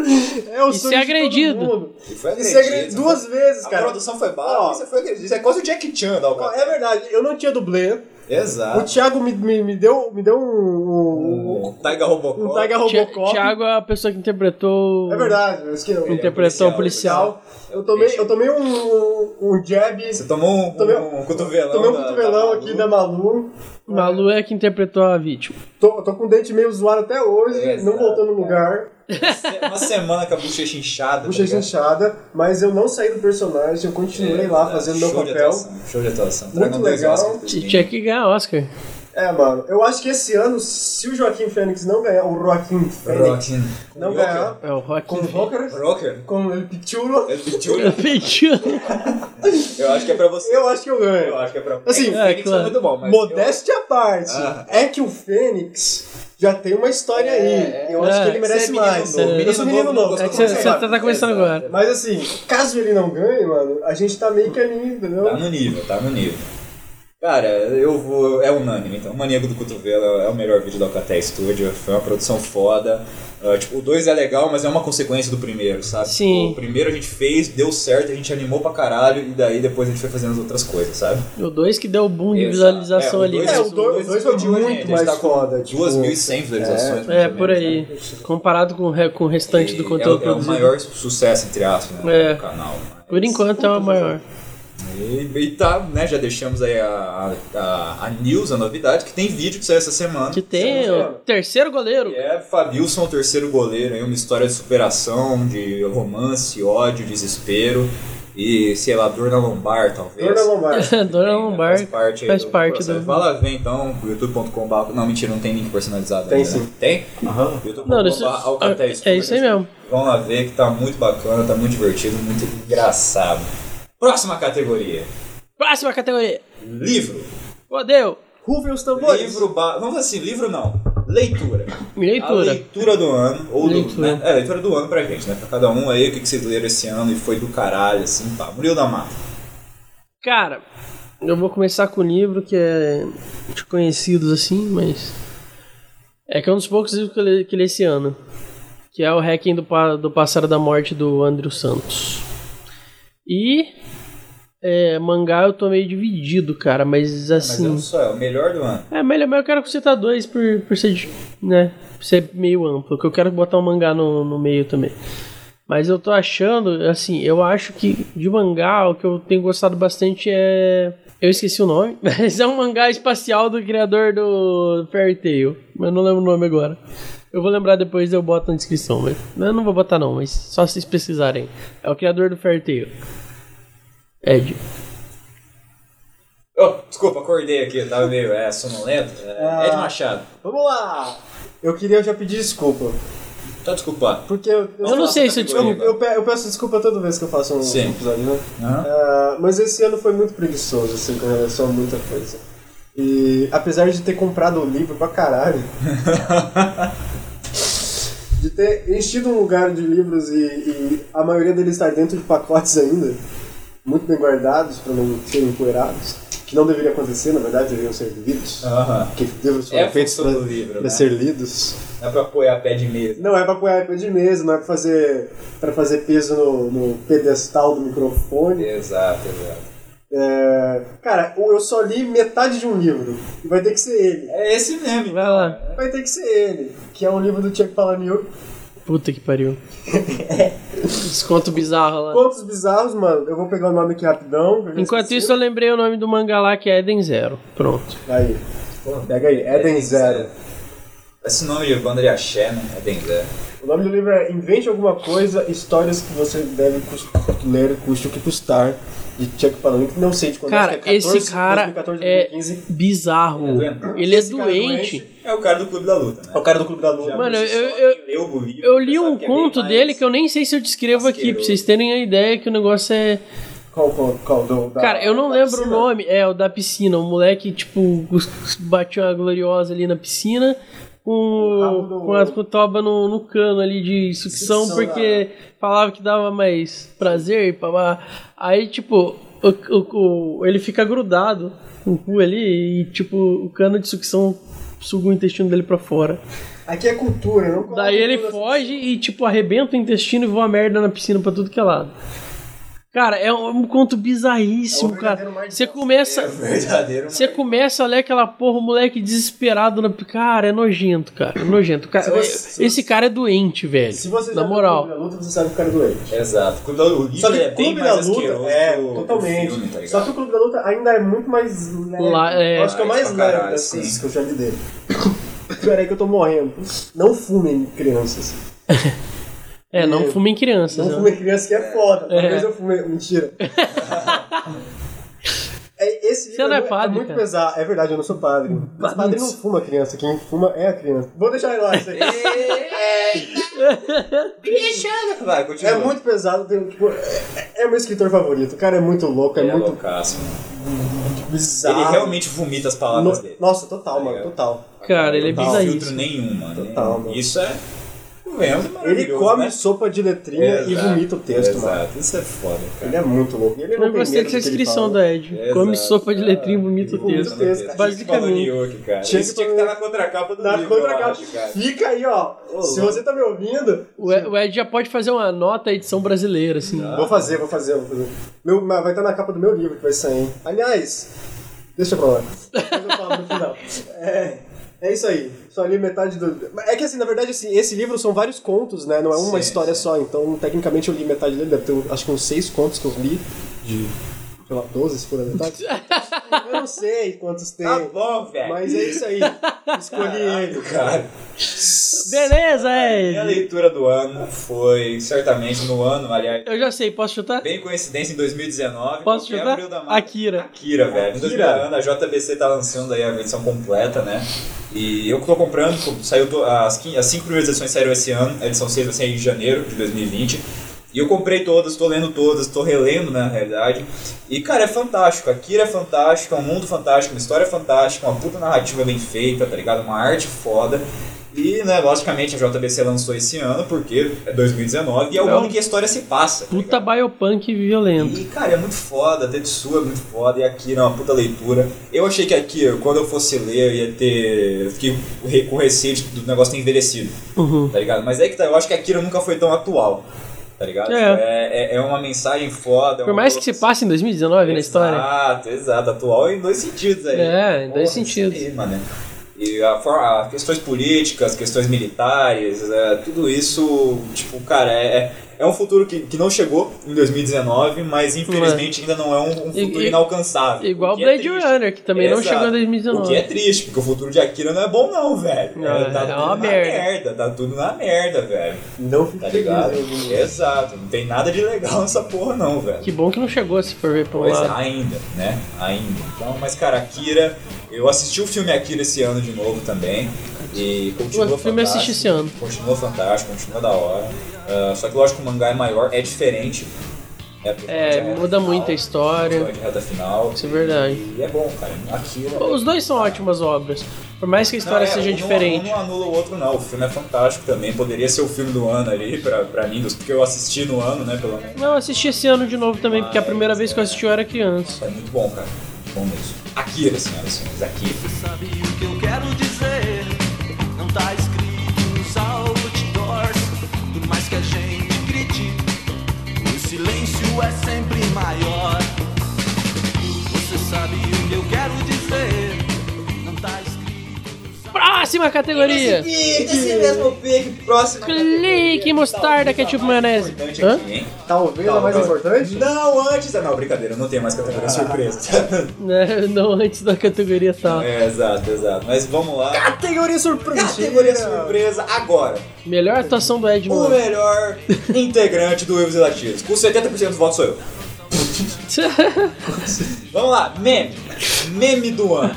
Speaker 4: É o
Speaker 3: E
Speaker 4: sonho
Speaker 3: ser
Speaker 4: de
Speaker 3: agredido.
Speaker 4: todo mundo.
Speaker 2: E foi
Speaker 4: E ser agredido
Speaker 2: agredido.
Speaker 4: duas vezes,
Speaker 2: A
Speaker 4: cara.
Speaker 2: produção foi bala,
Speaker 4: Ó.
Speaker 2: você foi agredido. Isso é quase o Jack Chan da
Speaker 4: Ó,
Speaker 2: Alcateia.
Speaker 4: É verdade, eu não tinha dublê. O
Speaker 2: É, Exato.
Speaker 4: Thiago me, me, me deu, me deu um. um,
Speaker 2: O Taiga Robocop.
Speaker 4: um Tiger
Speaker 3: Ti-
Speaker 4: Robocop.
Speaker 3: Thiago Um é a pessoa que interpretou.
Speaker 4: É verdade, eu esqueci.
Speaker 2: Ele é
Speaker 3: Interpretou o
Speaker 2: policial,
Speaker 3: policial.
Speaker 4: Eu tomei, eu tomei um, um jab.
Speaker 2: Você tomou um,
Speaker 4: Tomei-
Speaker 2: um cotovelão.
Speaker 4: Tomei um
Speaker 2: da- da
Speaker 4: cotovelão
Speaker 2: Malu.
Speaker 4: aqui da Malu.
Speaker 3: Malu é que interpretou a vítima.
Speaker 4: Tô, tô com o dente meio zoado até hoje,
Speaker 2: Exato.
Speaker 4: não voltou no lugar,
Speaker 2: Tá Se- Uma semana com a bochecha inchada. tá
Speaker 4: bochecha
Speaker 2: inchada.
Speaker 4: inchada, mas eu não saí do personagem, eu continuei lá fazendo meu papel.
Speaker 2: É, Show de atuação.
Speaker 4: Muito
Speaker 2: Tragam dois
Speaker 4: legal.
Speaker 2: Oscars pra
Speaker 3: T-
Speaker 2: mim.
Speaker 3: Tinha que ganhar Oscar.
Speaker 4: É, mano, eu acho que esse ano, se o Joaquim Fênix não ganhar, o Joaquim Fênix
Speaker 2: Rockin.
Speaker 4: não ganhar,
Speaker 3: É o Rock.
Speaker 4: com o Rocker,
Speaker 2: Rocker.
Speaker 4: com o El Pichulo,
Speaker 2: É do Julia. Eu acho que é pra você.
Speaker 4: eu acho que eu ganho.
Speaker 2: Eu acho que é pra
Speaker 4: Assim,
Speaker 2: o
Speaker 3: é,
Speaker 2: Phoenix
Speaker 3: claro.
Speaker 2: foi muito bom, mas.
Speaker 4: Modéstia à parte,
Speaker 2: Ah.
Speaker 4: é que o Fênix já tem uma história aí. Eu acho
Speaker 3: É,
Speaker 4: que ele
Speaker 2: você
Speaker 4: merece
Speaker 2: é menino
Speaker 4: mais.
Speaker 2: novo,
Speaker 4: Eu sou menino novo.
Speaker 2: gostou
Speaker 3: É
Speaker 4: eu
Speaker 3: que
Speaker 4: tô
Speaker 3: você,
Speaker 2: muito,
Speaker 3: você
Speaker 4: começando.
Speaker 2: sabe?
Speaker 3: tá começando
Speaker 2: Exato.
Speaker 3: agora.
Speaker 4: Mas assim, caso ele não ganhe, mano, a gente tá meio que ali, entendeu?
Speaker 2: Tá no nível, tá no nível. Cara, eu vou. É unânime, então. Maníaco do Cotovelo é o melhor vídeo da Alcatel Studio. Foi uma produção foda. Ah, tipo, o 2 é legal, mas é uma consequência do primeiro, sabe?
Speaker 3: Sim.
Speaker 2: Tipo, o primeiro a gente fez, deu certo, a gente animou pra caralho, e daí depois a gente foi fazendo as outras coisas, sabe?
Speaker 3: O 2 que deu o boom de
Speaker 2: Exato.
Speaker 3: visualização
Speaker 2: É, o
Speaker 3: ali. né?
Speaker 2: dois-
Speaker 3: mas
Speaker 4: É, o
Speaker 3: o-
Speaker 4: dois- dois foi
Speaker 2: de hoje, né?
Speaker 4: muito
Speaker 2: A gente
Speaker 4: mais
Speaker 2: tá com
Speaker 4: foda. tipo,
Speaker 2: 2.100 visualizações.
Speaker 3: É,
Speaker 2: mais ou
Speaker 3: por
Speaker 2: menos, né?
Speaker 3: aí. Comparado com, o re- com o restante do
Speaker 2: E
Speaker 3: conteúdo
Speaker 2: é, o- é o
Speaker 3: produzido.
Speaker 2: maior sucesso, entre aspas, né,
Speaker 3: É.
Speaker 2: do canal.
Speaker 3: Por enquanto é o maior.
Speaker 2: E, e tá, né? Já deixamos aí a, a, a news, a novidade, que tem vídeo que saiu essa semana.
Speaker 3: Que tem
Speaker 2: é
Speaker 3: o terceiro goleiro.
Speaker 2: E é Fabilson, o terceiro goleiro, aí uma história de superação, de romance, ódio, desespero e, sei lá, dor na lombar, talvez.
Speaker 4: Dor na lombar.
Speaker 3: Dona Lombar
Speaker 2: É, Faz parte, aí
Speaker 3: faz
Speaker 2: do
Speaker 3: parte
Speaker 2: processo.
Speaker 3: do.
Speaker 2: Vai lá ver então, youtube.com.br. Não, mentira, não tem link personalizado.
Speaker 4: Tem
Speaker 2: ainda,
Speaker 4: sim.
Speaker 2: né? Tem?
Speaker 4: Aham.
Speaker 3: Não, isso,
Speaker 2: youtube.com.br.
Speaker 3: é isso aí
Speaker 2: né?
Speaker 3: mesmo.
Speaker 2: Vão lá ver que tá muito bacana, tá muito divertido, muito engraçado. Próxima categoria:
Speaker 3: Próxima categoria.
Speaker 2: livro.
Speaker 3: Odeio.
Speaker 4: Rufem os tambores.
Speaker 2: Livro, ba... vamos assim, livro não, leitura. A
Speaker 3: Leitura.
Speaker 2: leitura do ano, ou
Speaker 3: Leitura.
Speaker 2: do. Né? É, a leitura do ano pra gente, né? Pra cada um aí, o que, que vocês leram esse ano e foi do caralho, assim, pá. Murilo da Mata.
Speaker 3: Cara, Eu vou começar com um livro que é de conhecidos assim, mas. É que é um dos poucos livros que eu li, que li esse ano. Que é o Hacking do, Pa- do Passar da Morte do Andrew Santos. E. é, mangá eu tô meio dividido, cara, mas
Speaker 2: Mas
Speaker 3: assim.
Speaker 2: é um só, é o melhor do ano.
Speaker 3: É, melhor, mas eu quero citar dois por, por ser, de- né, por ser meio amplo, que eu quero botar um mangá no, no meio também. Mas eu tô achando, assim, eu acho que de mangá o que eu tenho gostado bastante é. Eu esqueci o nome, mas é um mangá espacial do criador do Fairy Tail, mas eu não lembro o nome agora. Eu vou lembrar depois, eu boto na descrição, mas eu não vou botar não, mas só se vocês pesquisarem. É o criador do Fairy Tail. Ed.
Speaker 2: Oh, desculpa, acordei aqui, tava meio é, sonolento. É, Ed Machado.
Speaker 4: Vamos lá! Eu queria já pedir desculpa.
Speaker 2: Tá desculpado.
Speaker 4: Porque eu, eu,
Speaker 3: Eu não sei se eu
Speaker 4: eu,
Speaker 3: desculpo.
Speaker 4: eu pe- eu peço desculpa toda vez que eu faço um
Speaker 2: Sim.
Speaker 4: episódio, né?
Speaker 2: Aham.
Speaker 4: Ah, mas esse ano foi muito preguiçoso, assim, com relação a muita coisa. E apesar de ter comprado o livro pra caralho, de ter enchido um lugar de livros e, e a maioria deles estar dentro de pacotes ainda, muito bem guardados pra não serem empoeirados, que não deveria acontecer, na verdade, deveriam ser lidos.
Speaker 2: Aham.
Speaker 4: Que livros
Speaker 2: É
Speaker 4: foram
Speaker 2: a
Speaker 4: feitos
Speaker 2: função
Speaker 4: pra,
Speaker 2: do livro,
Speaker 4: pra
Speaker 2: né?
Speaker 4: ser lidos.
Speaker 2: Dá pra apoiar pé de mesa.
Speaker 4: Não é pra apoiar iPad mesmo, não é pra fazer, pra fazer peso no, no pedestal do microfone.
Speaker 2: Exato, exato.
Speaker 4: É, cara, eu eu só li metade de um livro, e vai ter que ser ele.
Speaker 2: É esse mesmo.
Speaker 3: Vai lá.
Speaker 4: Vai ter que ser ele, que é um livro do Chuck Palahniuk.
Speaker 3: Puta que pariu. Desconto bizarro lá.
Speaker 4: Contos bizarros, mano, eu vou pegar o nome aqui rapidão. que eu já
Speaker 3: Enquanto
Speaker 4: esqueci.
Speaker 3: isso, eu lembrei o nome do mangá lá que é Eden Zero. Pronto.
Speaker 4: Aí, pega aí, Eden Zero.
Speaker 2: Esse nome de banda de axé, né? Eden Zero.
Speaker 4: O nome do livro é Invente Alguma Coisa, Histórias que Você Deve Cus- Ler, Custe o que Custar, de Chuck Palahniuk. Não sei de quando
Speaker 3: Cara,
Speaker 4: é, acho que é 14,
Speaker 3: esse cara
Speaker 4: 2014,
Speaker 3: é
Speaker 4: 2015.
Speaker 3: bizarro.
Speaker 2: É doente.
Speaker 3: Ele é
Speaker 4: Tá Esse cara é
Speaker 3: doente.
Speaker 2: É o cara do Clube da Luta, né?
Speaker 4: É o cara do Clube da Lua.
Speaker 3: Mano,
Speaker 2: Você só
Speaker 3: eu- eu-
Speaker 2: quem leu o livro,
Speaker 3: Eu li
Speaker 2: sabe
Speaker 3: um
Speaker 2: que é bem
Speaker 3: conto
Speaker 2: mais-
Speaker 3: dele que eu nem sei se eu descrevo aqui, pra vocês terem a ideia que o negócio é.
Speaker 4: Qual, qual, qual do, da,
Speaker 3: Cara, eu não
Speaker 4: da
Speaker 3: lembro o
Speaker 4: piscina?
Speaker 3: nome. É, o da piscina. O moleque, tipo, bateu uma gloriosa ali na piscina. Com,
Speaker 4: rabo do-
Speaker 3: com a com toba no, no cano ali de sucção,
Speaker 4: Sucção, é.
Speaker 3: porque falava que dava mais prazer. Pá, Aí, tipo, o- o- o- ele fica grudado com o cu ali e, tipo, o cano de sucção suga o intestino dele pra fora.
Speaker 4: Aqui é cultura, não assim. coloca
Speaker 3: Daí ele
Speaker 4: cultura-
Speaker 3: foge e, tipo, arrebenta o intestino e voa merda na piscina pra tudo que é lado. Cara, é um, um conto bizarríssimo,
Speaker 4: É um verdadeiro
Speaker 3: cara.
Speaker 4: Martin
Speaker 3: Você começa.
Speaker 2: Verdadeiro.
Speaker 4: né?
Speaker 3: Você começa a ler aquela porra, o moleque desesperado na. Cara, é nojento, cara. É nojento. Cara,
Speaker 4: Se você-
Speaker 3: esse cara é doente, velho.
Speaker 4: Se você
Speaker 3: na
Speaker 4: já viu
Speaker 3: moral.
Speaker 4: Clube da Luta, você sabe que o cara é doente.
Speaker 2: Exato. Clube da Luta. O livro
Speaker 4: Só
Speaker 2: é
Speaker 4: que o
Speaker 2: bem
Speaker 4: Clube da
Speaker 2: mais asqueroso
Speaker 4: Luta é
Speaker 2: que o-
Speaker 4: totalmente.
Speaker 2: o filme, tá ligado?
Speaker 4: Só que o Clube da Luta ainda é muito mais leve.
Speaker 3: Lá- é,
Speaker 4: Eu acho que é o mais
Speaker 2: mais pra
Speaker 4: leve
Speaker 2: caralho,
Speaker 4: das
Speaker 2: sim.
Speaker 4: coisas que eu já li dele. Peraí que eu tô morrendo. Não fumem crianças.
Speaker 3: É, não fumem crianças.
Speaker 4: Não
Speaker 3: né?
Speaker 4: fumem criança que é foda. Talvez eu fumei. Mentira. É, Esse livro
Speaker 3: Você não é
Speaker 4: mu-
Speaker 3: padre,
Speaker 4: muito
Speaker 3: cara.
Speaker 4: pesado. É verdade, eu não sou padre. Mas padre não fuma criança. Quem fuma é a criança. Vou deixar lá isso aí.
Speaker 2: Vai, continua.
Speaker 4: É muito pesado, tem, tipo, é- é, é meu escritor favorito. O cara é muito louco, é,
Speaker 2: Ele é
Speaker 4: muito
Speaker 2: loucaço, mano.
Speaker 4: bizarro.
Speaker 2: Ele realmente vomita as
Speaker 4: No-
Speaker 2: palavras dele.
Speaker 4: Nossa, total,
Speaker 2: Tá
Speaker 4: mano,
Speaker 2: ligado?
Speaker 4: total.
Speaker 3: Cara, ele é
Speaker 2: Não tem Tá, filtro
Speaker 3: bizarríssimo.
Speaker 2: nenhum, mano.
Speaker 4: Total, mano.
Speaker 2: Isso é. Convenhamos, é
Speaker 4: Ele
Speaker 2: maravilhoso,
Speaker 4: come
Speaker 2: né?
Speaker 4: sopa de letrinha e
Speaker 2: Exato,
Speaker 4: vomita o texto,
Speaker 2: exato.
Speaker 4: mano.
Speaker 2: Isso é foda, cara.
Speaker 4: Ele é muito louco. Ele não
Speaker 3: Eu
Speaker 4: tem
Speaker 3: gostei dessa
Speaker 4: medo do que ele
Speaker 3: descrição
Speaker 4: fala.
Speaker 3: da Ed. Come
Speaker 2: É, Exato. É,
Speaker 3: sopa de letrinha e vomita o
Speaker 4: Vomita o
Speaker 3: texto.
Speaker 4: texto,
Speaker 2: Tinha que
Speaker 3: basicamente.
Speaker 2: falar do Yoke, cara.
Speaker 4: Tinha que
Speaker 2: Isso tinha que
Speaker 4: falar-
Speaker 2: estar na contracapa do
Speaker 4: Na
Speaker 2: livro, eu
Speaker 4: contracapa.
Speaker 2: acho, cara.
Speaker 4: Fica aí, ó. Se você tá me ouvindo,
Speaker 3: O Ed o Ed já pode fazer uma nota edição brasileira, assim.
Speaker 4: vou fazer, vou fazer, vou fazer. Meu, mas vai estar na capa do meu livro que vai sair. hein? Aliás, deixa pra lá. Depois eu falo no final. É, é isso aí. Só li metade do. Mas É que assim, na verdade, assim, esse livro são vários contos, né? Não é uma
Speaker 2: Sim,
Speaker 4: história
Speaker 2: sim.
Speaker 4: só. Então, tecnicamente, eu li metade dele. Deve ter, um- acho que uns seis contos que eu li. De. Sei lá, 12 se for a metade. eu não sei quantos tem.
Speaker 2: Tá bom, velho.
Speaker 4: mas é isso aí. Escolhi ele.
Speaker 2: Cara,
Speaker 3: Beleza,
Speaker 2: minha
Speaker 3: Ed!
Speaker 2: leitura do ano foi certamente no ano, aliás,
Speaker 3: Eu já sei, posso chutar?
Speaker 2: bem coincidência em 2019.
Speaker 3: Posso
Speaker 2: qualquer
Speaker 3: chutar?
Speaker 2: abril da mata-
Speaker 3: Akira.
Speaker 2: Akira, velho. Em 2019, a JBC tá lançando aí a versão completa, né? E eu tô comprando, saiu do- as, quin- as cinco primeiras edições saíram esse ano, a edição 6 vai sair em janeiro de 2020. E eu comprei todas, tô lendo todas, tô relendo né, na realidade. E cara, é fantástico. Akira é fantástico, é um mundo fantástico, uma história fantástica, uma puta narrativa bem feita, tá ligado? Uma arte foda. E, né, logicamente, a JBC lançou esse ano, porque é 2019, e é o
Speaker 3: É
Speaker 2: ano
Speaker 3: um
Speaker 2: que a história se passa. tá
Speaker 3: Puta biopunk violento.
Speaker 2: e, cara, é muito foda, Tetsu é muito foda, e aqui é uma puta leitura. Eu achei que aqui, quando eu fosse ler, eu ia ter. eu Fiquei com re- com receio de- do negócio ter envelhecido,
Speaker 3: Uhum.
Speaker 2: tá ligado? Mas é que tá, eu acho que Akira nunca foi tão atual, tá ligado?
Speaker 3: É.
Speaker 2: Tipo, é, é- é uma mensagem foda. é
Speaker 3: Por
Speaker 2: uma
Speaker 3: mais que se
Speaker 2: colocação-
Speaker 3: passe em 2019 na história.
Speaker 2: Exato, exato. Atual em dois sentidos aí.
Speaker 3: É, em dois sentidos.
Speaker 2: isso aí, mano. E a, for- a- questões políticas, questões militares, é, tudo isso, tipo, cara, é, é um futuro que, que não chegou em 2019, mas infelizmente ainda não é um, um
Speaker 3: E-
Speaker 2: futuro
Speaker 3: e-
Speaker 2: inalcançável.
Speaker 3: Igual
Speaker 2: o que é
Speaker 3: Blade
Speaker 2: triste.
Speaker 3: Runner, que também não
Speaker 2: Exato.
Speaker 3: chegou em
Speaker 2: O que é
Speaker 3: 2019.
Speaker 2: triste, porque o futuro de Akira não é bom não, velho.
Speaker 3: Não,
Speaker 2: É, tá
Speaker 3: é
Speaker 2: tudo
Speaker 3: uma
Speaker 2: na
Speaker 3: merda.
Speaker 2: Tá tudo na merda, velho.
Speaker 4: Não fique
Speaker 2: Tá
Speaker 4: feliz,
Speaker 2: ligado?
Speaker 4: né?
Speaker 2: Exato. Não tem nada de legal nessa porra não, velho.
Speaker 3: Que bom que não chegou, se for ver pra um
Speaker 2: Pois é,
Speaker 3: lado.
Speaker 2: ainda, né? Ainda. Então, mas cara, Akira, eu assisti o filme Akira esse ano de novo também. E continua
Speaker 3: O filme eu
Speaker 2: fantástico.
Speaker 3: assisti esse ano.
Speaker 2: Continua fantástico, continua da hora. Ah, só que lógico que o mangá é maior, é diferente. É, porque
Speaker 3: É,
Speaker 2: reta
Speaker 3: muda muito a história.
Speaker 2: de reta final.
Speaker 3: Isso é verdade.
Speaker 2: E é bom, cara. Akira.
Speaker 3: Os dois são ótimas obras. Por mais que a história
Speaker 2: é. Não, é,
Speaker 3: seja
Speaker 2: um não-
Speaker 3: diferente.
Speaker 2: Um não anula o outro, não. O filme é fantástico também. Poderia ser o filme do ano ali, pra, pra mim, dos- porque eu assisti no ano, né? Pelo menos.
Speaker 3: Não, eu assisti esse ano de novo também, porque a primeira vez que eu assisti eu era criança.
Speaker 2: É muito bom, cara. Muito bom mesmo. Akira, senhoras e senhores. Akira.
Speaker 7: Sabe o que eu quero dizer? Não tá escrito nos outdoors. Por mais que a gente critique, o silêncio é sempre maior. Você sabe o que eu quero dizer? Não tá escrito.
Speaker 3: Próxima categoria!
Speaker 2: Esse mesmo pique, próximo.
Speaker 3: Clique, mostarda, ketchup, maionese. Hã?
Speaker 4: Talvez a mais importante?
Speaker 2: Não, antes. Ah, Não, brincadeira, não tem mais
Speaker 3: Ah.
Speaker 2: categoria surpresa.
Speaker 3: Né, Não, antes da categoria tal.
Speaker 2: é, exato, exato. Mas vamos lá.
Speaker 4: Categoria surpresa!
Speaker 2: Categoria surpresa agora.
Speaker 3: Melhor atuação do Ed
Speaker 2: O
Speaker 3: Murphy.
Speaker 2: melhor integrante do Wills e Latinos. Com 70% dos votos sou eu. Vamos lá, meme. Meme do ano.